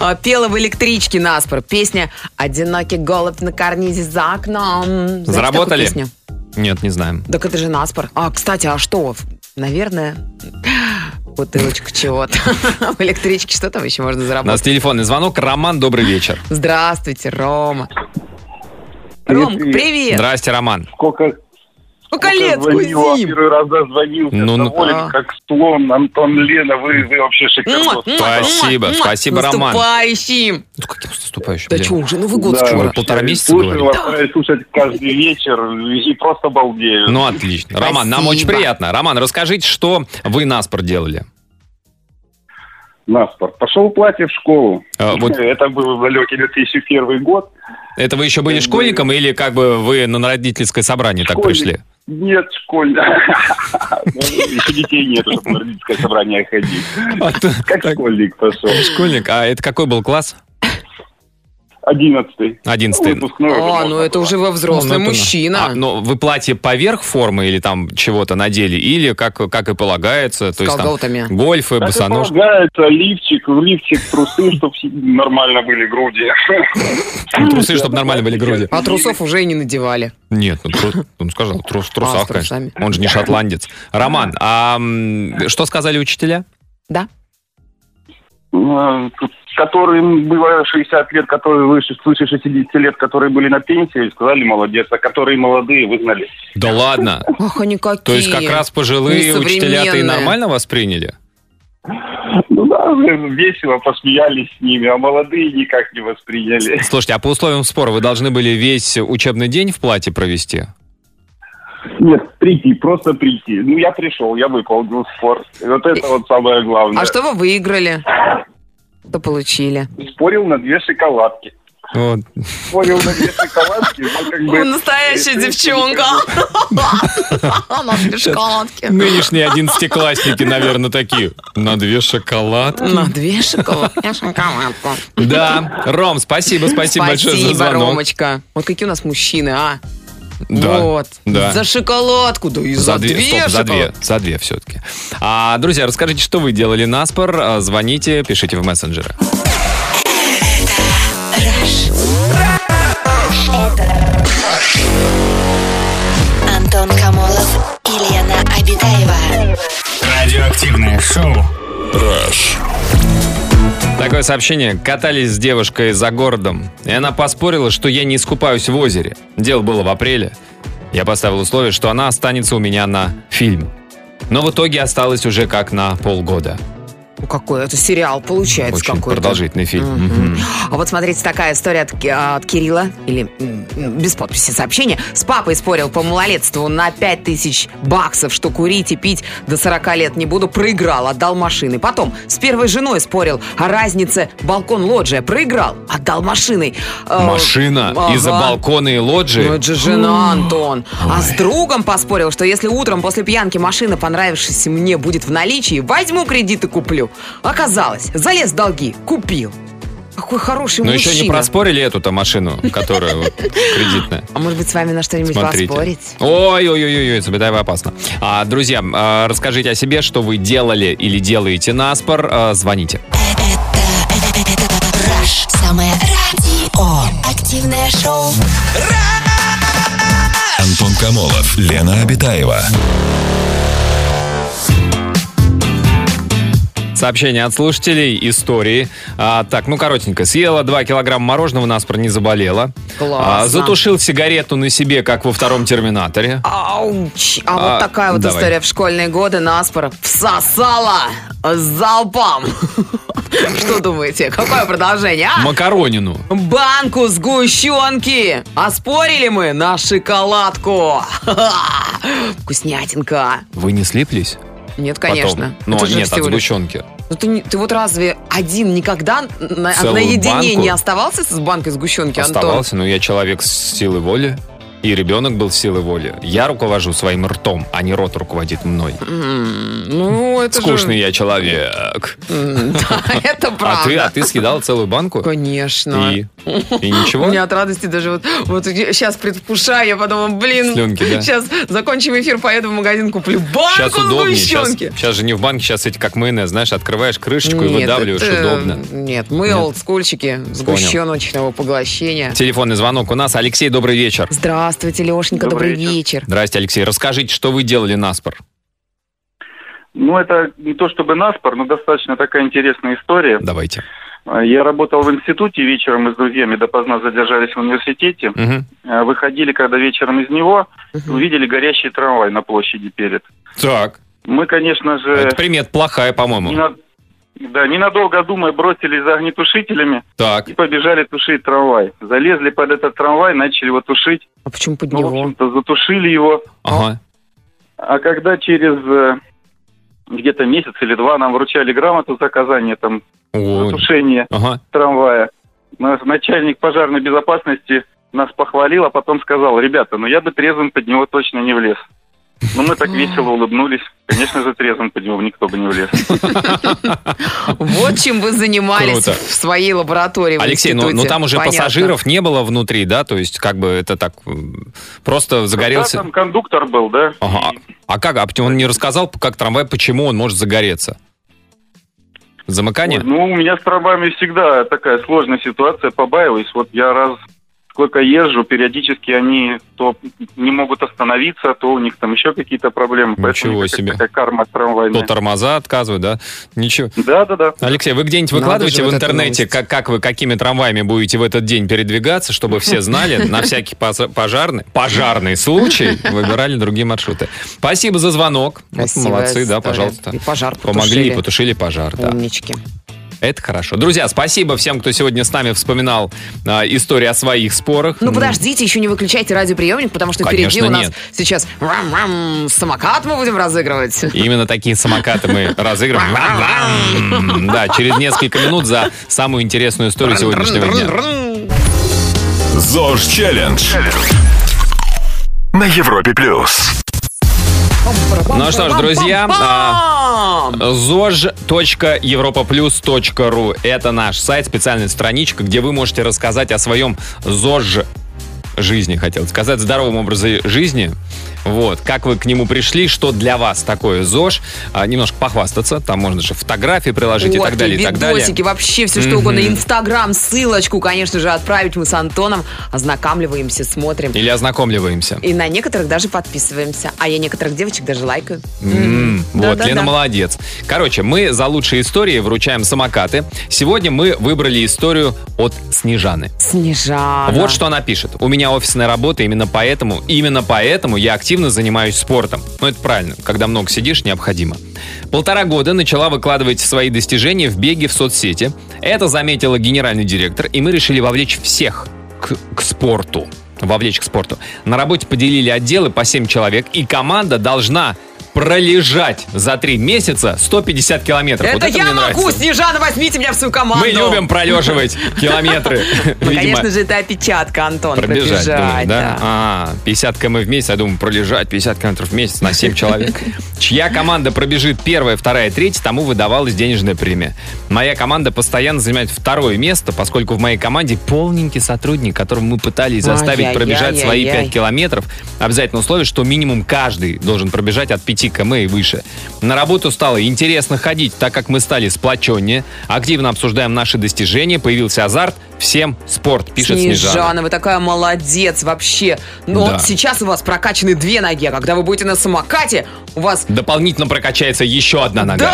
S4: А, Пела в электричке наспор. Песня «Одинокий голубь на карнизе за окном». Знаете
S3: Заработали?
S4: такую песню?
S3: Нет, не знаем.
S4: Так это же наспор. А, кстати, а что? Наверное, бутылочку чего-то. В электричке что там еще можно
S3: У нас
S4: заработать?
S3: телефонный звонок. Роман, добрый вечер.
S4: Здравствуйте, Рома.
S6: Привет,
S4: Ром,
S6: привет.
S4: привет.
S3: Здрасте, Роман.
S6: Сколько,
S4: Сколько лет,
S6: звонил, а
S4: Кузим?
S6: первый раз дозвонился.
S3: Ну, ну.
S6: Доволен,
S4: А.
S6: как слон. Антон, Лена, вы, вы вообще шикарно.
S3: Спасибо, спасибо, Роман.
S4: Наступающим.
S3: Ну, каким наступающим?
S4: Да
S3: блин.
S4: что, уже Новый год
S6: Да,
S4: скоро.
S3: Уже полтора месяца
S6: Слушаю
S3: говорим.
S6: вас, стараюсь слушать каждый вечер и просто балдею.
S3: Ну, отлично. Роман, нам
S4: Спасибо.
S3: очень приятно. Роман, расскажите, что вы наспор делали?
S6: Наспор. Пошел платье в школу.
S3: А, вот-
S6: Э, Это был далекий 2001 год.
S3: Это вы еще были
S6: Э,
S3: школьником или как бы вы на родительское собрание так
S6: Школьник.
S3: пришли?
S6: Нет, школьно. Еще детей нет, чтобы на родительское собрание ходить.
S3: А то-
S6: Как
S3: так,
S6: школьник пошел.
S3: Школьник, а это какой был класс?
S6: Одиннадцатый.
S3: Одиннадцатый.
S6: Выпускной уже
S4: А,
S6: можно
S4: ну это
S6: было.
S4: уже во
S3: Ну,
S4: взрослый
S3: ну, это- А,
S4: мужчина.
S3: но вы платье поверх формы или там чего-то надели? Или как, как и полагается? То
S4: С
S3: есть там
S4: колготами.
S3: гольфы,
S6: Так и
S3: босоножки?
S6: полагается, лифчик, лифчик, трусы, чтобы нормально были груди.
S3: Трусы, чтобы нормально были груди.
S4: А трусов уже и не надевали.
S3: Нет, ну, тру- он сказал, трус, в трусах,
S4: А, с трусами.
S3: конечно. Он же не шотландец. Роман, а м, что сказали учителя?
S6: Э, Которым было 60 лет, которые выше, свыше 60 лет, которые были на пенсии, сказали молодец, а которые молодые выгнали.
S3: Да ладно.
S4: Ах, они какие.
S3: То есть как раз пожилые учителя-то и
S4: Несовременные.
S3: нормально восприняли?
S6: Ну да, весело посмеялись с ними, а молодые никак не восприняли.
S3: Слушайте, а по условиям спора вы должны были весь учебный день в платье провести?
S6: Нет, прийти, просто прийти. Ну я пришел, я выполнил спор. Вот это вот самое главное.
S4: А что вы выиграли? Что получили?
S6: Спорил на две шоколадки.
S3: Вот.
S6: Спорил на две шоколадки. ну, как бы-
S4: Он настоящая девчонка. Она в шоколадке.
S3: Нынешние одиннадцатиклассники, наверное, такие. На две шоколад.
S4: На две шоколадки. Я шоколадку.
S3: Да. Ром, спасибо, спасибо большое за
S4: Спасибо,
S3: звонок.
S4: Ромочка. Вот какие у нас мужчины, а?
S3: Да,
S4: Вот.
S3: да.
S4: За шоколадку, да и за, две,
S3: стоп, за две,
S4: шоколад-
S3: за две все-таки. А, друзья, расскажите, что вы делали на спор. А, Звоните, пишите в мессенджеры.
S2: Антон Камолов и Лена Обитаева.
S7: Радиоактивное шоу.
S1: Rush.
S3: Такое сообщение. Катались с девушкой за городом, и она поспорила, что я не искупаюсь в озере. Дело было в апреле. Я поставил условие, что она останется у меня на фильм. Но в итоге осталось уже как на полгода.
S4: Ну, Какой это сериал получается
S3: Очень
S4: какой-то.
S3: продолжительный фильм.
S4: Мгм.
S3: Мгм.
S4: А вот смотрите, такая история от, Ки- от Кирилла, или м, м, без подписи сообщение. С папой спорил по малолетству на 5000 баксов, что курить и пить до 40 лет не буду. Проиграл, отдал машины. Потом с первой женой спорил о разнице балкон-лоджия. Проиграл, отдал машины. Э,
S3: Машина из-за
S4: ага.
S3: балкона и лоджии.
S4: Ну, это же жена, Антон. А с другом поспорил, что если утром после пьянки машина, понравившаяся мне, будет в наличии, возьму кредит и куплю. Оказалось, залез в долги, купил. Какой хороший
S3: Но
S4: мужчина.
S3: еще Ну, не проспорили эту-то машину, которая вот кредитная.
S4: А может быть, с вами на что-нибудь
S3: Смотрите.
S4: поспорить?
S3: Ой-ой-ой-ой, это беда и опасно. А, друзья, а, расскажите о себе, что вы делали или делаете на спор. а, звоните.
S2: Это, это, это Rush. Самое радио. Активное шоу.
S1: Антон Камолов, Лена Обитаева.
S3: Сообщение от слушателей, истории. А, так, ну коротенько. Съела 2 килограмма мороженого, наспор не заболела.
S4: Классно.
S3: А, затушил сигарету на себе, как во втором «Терминаторе».
S4: Ауч! А,
S3: А,
S4: вот такая вот
S3: давай.
S4: история в школьные годы наспор всосала залпам. Что думаете? Какое продолжение, а?
S3: Макаронину.
S4: Банку сгущенки! А спорили мы на шоколадку! Ха-ха! Вкуснятинка!
S3: Вы не слиплись?
S4: Нет, конечно.
S3: Потом. Ну,
S4: Это же
S3: нет, от
S4: всего лишь-
S3: сгущенки.
S4: Ну, ты, не- ты вот разве один никогда на-
S3: Целую
S4: наедине
S3: банку?
S4: не оставался с банкой сгущенки, Антон?
S3: Оставался, но я человек с силой воли. И ребенок был с силой воли. Я руковожу своим ртом, а не рот руководит мной.
S4: М, Ну, это же-
S3: Скучный я человек.
S4: М, да, это правда.
S3: А ты, а ты съедал целую банку?
S4: Конечно.
S3: И, и
S4: У
S3: ничего?
S4: меня от радости даже вот, вот сейчас предвкушаю, я подумала, блин,
S3: Слюнки, да?
S4: сейчас закончим эфир, поеду в магазин, куплю
S3: Сейчас
S4: банку
S3: удобнее. Сейчас,
S4: сгущенки.
S3: же не в банке, сейчас эти как майонез, знаешь, открываешь крышечку и
S4: Нет,
S3: выдавливаешь,
S4: это-
S3: удобно.
S4: Нет, мы
S3: Нет.
S4: олдскульчики сгущеночного поглощения.
S3: Телефонный звонок у нас. Алексей, добрый вечер.
S4: Здравствуйте, Лешенька, добрый,
S6: Добрый
S4: вечер.
S3: Здрасте, Алексей. Расскажите, что вы делали на спор?
S6: Ну, это не то чтобы наспор, но достаточно такая интересная история.
S3: Давайте.
S6: А, Я работал в институте вечером мы с друзьями допоздна задержались в университете.
S3: Мгм.
S6: А, Выходили, когда вечером из него, увидели горящий трамвай на площади перед.
S3: Так. А
S6: Мы, конечно же,
S3: Это примет плохая, по-моему.
S6: ненад- да, ненадолго думая, бросились за огнетушителями
S3: Так.
S6: и побежали тушить трамвай. Залезли под этот трамвай, начали его тушить.
S4: А почему под
S6: Ну, в
S4: него?
S6: общем-то, затушили его.
S3: Ага.
S6: А когда через э, где-то месяц или два нам вручали грамоту за оказание там
S3: Ой.
S6: затушения
S3: Ага.
S6: трамвая, наш начальник пожарной безопасности нас похвалил, а потом сказал, ребята, ну я бы трезвым под него точно не влез. Ну, мы так весело улыбнулись. Конечно же, трезвым под него никто бы не влез.
S4: Вот чем вы занимались
S3: Круто.
S4: в своей лаборатории в
S3: Алексей, ну, ну
S4: институте.
S3: там уже
S4: Понятно.
S3: пассажиров не было внутри, да? То есть как бы это так м, просто загорелся...
S6: Да, там кондуктор был, да?
S3: Ага. А как? А он не рассказал, как трамвай, почему он может загореться? Замыкание?
S6: Ну, у меня с трамваями всегда такая сложная ситуация, побаиваюсь. Вот я раз сколько езжу, периодически они то не могут остановиться, то у них там еще какие-то проблемы.
S3: Ничего
S6: Поэтому у них
S3: себе.
S6: Такая карма
S3: То
S6: трамвайная.
S3: тормоза отказывают, да? Ничего.
S6: Да, да, да.
S3: Алексей, вы где-нибудь
S4: Надо
S3: выкладываете
S4: же Ну, а вот
S3: в
S4: эту
S3: интернете,
S4: новость.
S3: как, как вы, какими трамваями будете в этот день передвигаться, чтобы все знали, на всякий пос- пожарный, пожарный случай выбирали другие маршруты. Спасибо за звонок. Вот
S4: Красивая
S3: Молодцы, да,
S4: история.
S3: пожалуйста.
S4: И пожар
S3: Помогли и
S4: потушили.
S3: потушили пожар, да.
S4: Умнички.
S3: Это хорошо. Друзья, спасибо всем, кто сегодня с нами вспоминал а, истории о своих спорах.
S4: Ну
S3: М,
S4: подождите, еще не выключайте радиоприемник, потому что впереди
S3: Конечно,
S4: у нас
S3: нет.
S4: сейчас рам-рам, самокат мы будем разыгрывать.
S3: Именно такие самокаты мы разыгрываем. Вам-вам! Да, через несколько минут за самую интересную историю сегодняшнего дня.
S1: ЗОЖ Челлендж. На Европе Плюс.
S3: Ну что ж, друзья, а,
S4: Пам!
S3: zoj.europaplus.ru Это наш сайт, специальная страничка, где вы можете рассказать о своем ЗОЖ жизни, хотел сказать, здоровом образе жизни. Вот, как вы к нему пришли, что для вас такое ЗОЖ. А, немножко похвастаться, там можно же фотографии приложить и
S4: Фотки,
S3: так далее, и так далее.
S4: видосики, вообще все что
S3: Мгм.
S4: угодно. Инстаграм, ссылочку, конечно же, отправить мы с Антоном. Ознакомливаемся, смотрим.
S3: Или ознакомливаемся.
S4: И на некоторых даже подписываемся. А я некоторых девочек даже лайкаю.
S3: М, Вот,
S4: Да-да-да.
S3: Лена молодец. Короче, мы за лучшие истории вручаем самокаты. Сегодня мы выбрали историю от Снежаны.
S4: Снежана.
S3: Вот что она пишет. У меня офисная работа, именно поэтому, именно поэтому я активно занимаюсь спортом. Ну, это правильно, когда много сидишь, необходимо. Полтора года начала выкладывать свои достижения в беге в соцсети. Это заметила генеральный директор, и мы решили вовлечь всех к, к спорту. Вовлечь к спорту. На работе поделили отделы по 7 человек, и команда должна пролежать за три месяца 150 километров. Вот
S4: Это я
S3: мне
S4: могу,
S3: нравится.
S4: Снежана, возьмите меня в свою команду.
S3: Мы любим пролеживать километры.
S4: Ну,
S3: Видимо,
S4: конечно же, это опечатка, Антон,
S3: пробежать,
S4: пробежать.
S3: думаешь, да?
S4: да.
S3: А, 50 км в месяц, я думаю, пролежать 50 км в месяц на 7 человек. Чья команда пробежит первая, вторая, третья, тому выдавалась денежная премия. Моя команда постоянно занимает второе место, поскольку в моей команде полненький сотрудник, которому мы пытались заставить
S4: Ай-яй-яй-яй-яй.
S3: пробежать свои 5 километров. Обязательно условие, что минимум каждый должен пробежать от 5 км и выше. На работу стало интересно ходить, так как мы стали сплоченнее, активно обсуждаем наши достижения, появился азарт, всем спорт, А, пишет Снежана.
S4: Снежана, вы такая молодец вообще. Ну,
S3: Да.
S4: вот сейчас у вас прокачаны две ноги, а когда вы будете на самокате, у вас...
S3: Дополнительно прокачается еще одна нога.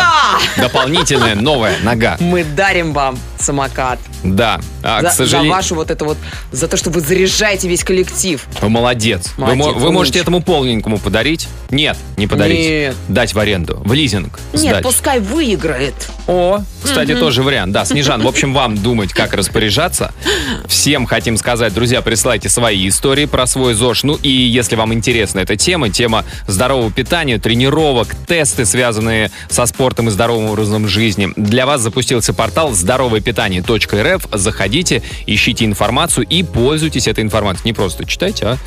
S4: Да!
S3: Дополнительная новая нога.
S4: Мы дарим вам самокат.
S3: Да. А,
S4: за,
S3: к сожалению,
S4: за вашу вот это вот... За то, что вы заряжаете весь коллектив.
S3: Вы молодец. Вы
S4: Молодец,
S3: мо- вы,
S4: умничка.
S3: можете этому полненькому подарить? Нет, не подарить.
S4: Нет.
S3: Дать в аренду, в лизинг
S4: Нет,
S3: сдать.
S4: пускай выиграет.
S3: О, кстати, тоже вариант. Да, Снежан, в общем, вам думать, как распоряжаться. Всем хотим сказать, друзья, присылайте свои истории про свой ЗОЖ. Ну и если вам интересна эта тема, тема здорового питания, тренировок, тесты, связанные со спортом и здоровым образом жизни, для вас запустился портал здоровоепитание.рф. Заходите, ищите информацию и пользуйтесь этой информацией. Не просто читайте, а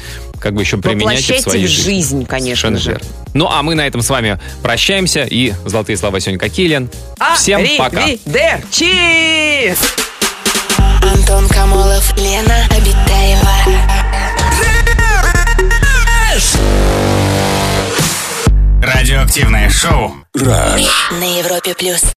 S3: как бы еще применяйте в
S4: Воплощайте
S3: своей
S4: в
S3: жизни.
S4: жизнь, конечно
S3: Совершенно
S4: же.
S3: верно. Ну, а мы на этом с вами прощаемся. И золотые слова сегодня какие, Лен?
S4: А,
S3: Всем пока.
S4: Аривидерчи!
S2: Антон Камолов, Лена Обитаева.
S7: Радиоактивное шоу.
S2: На Европе плюс.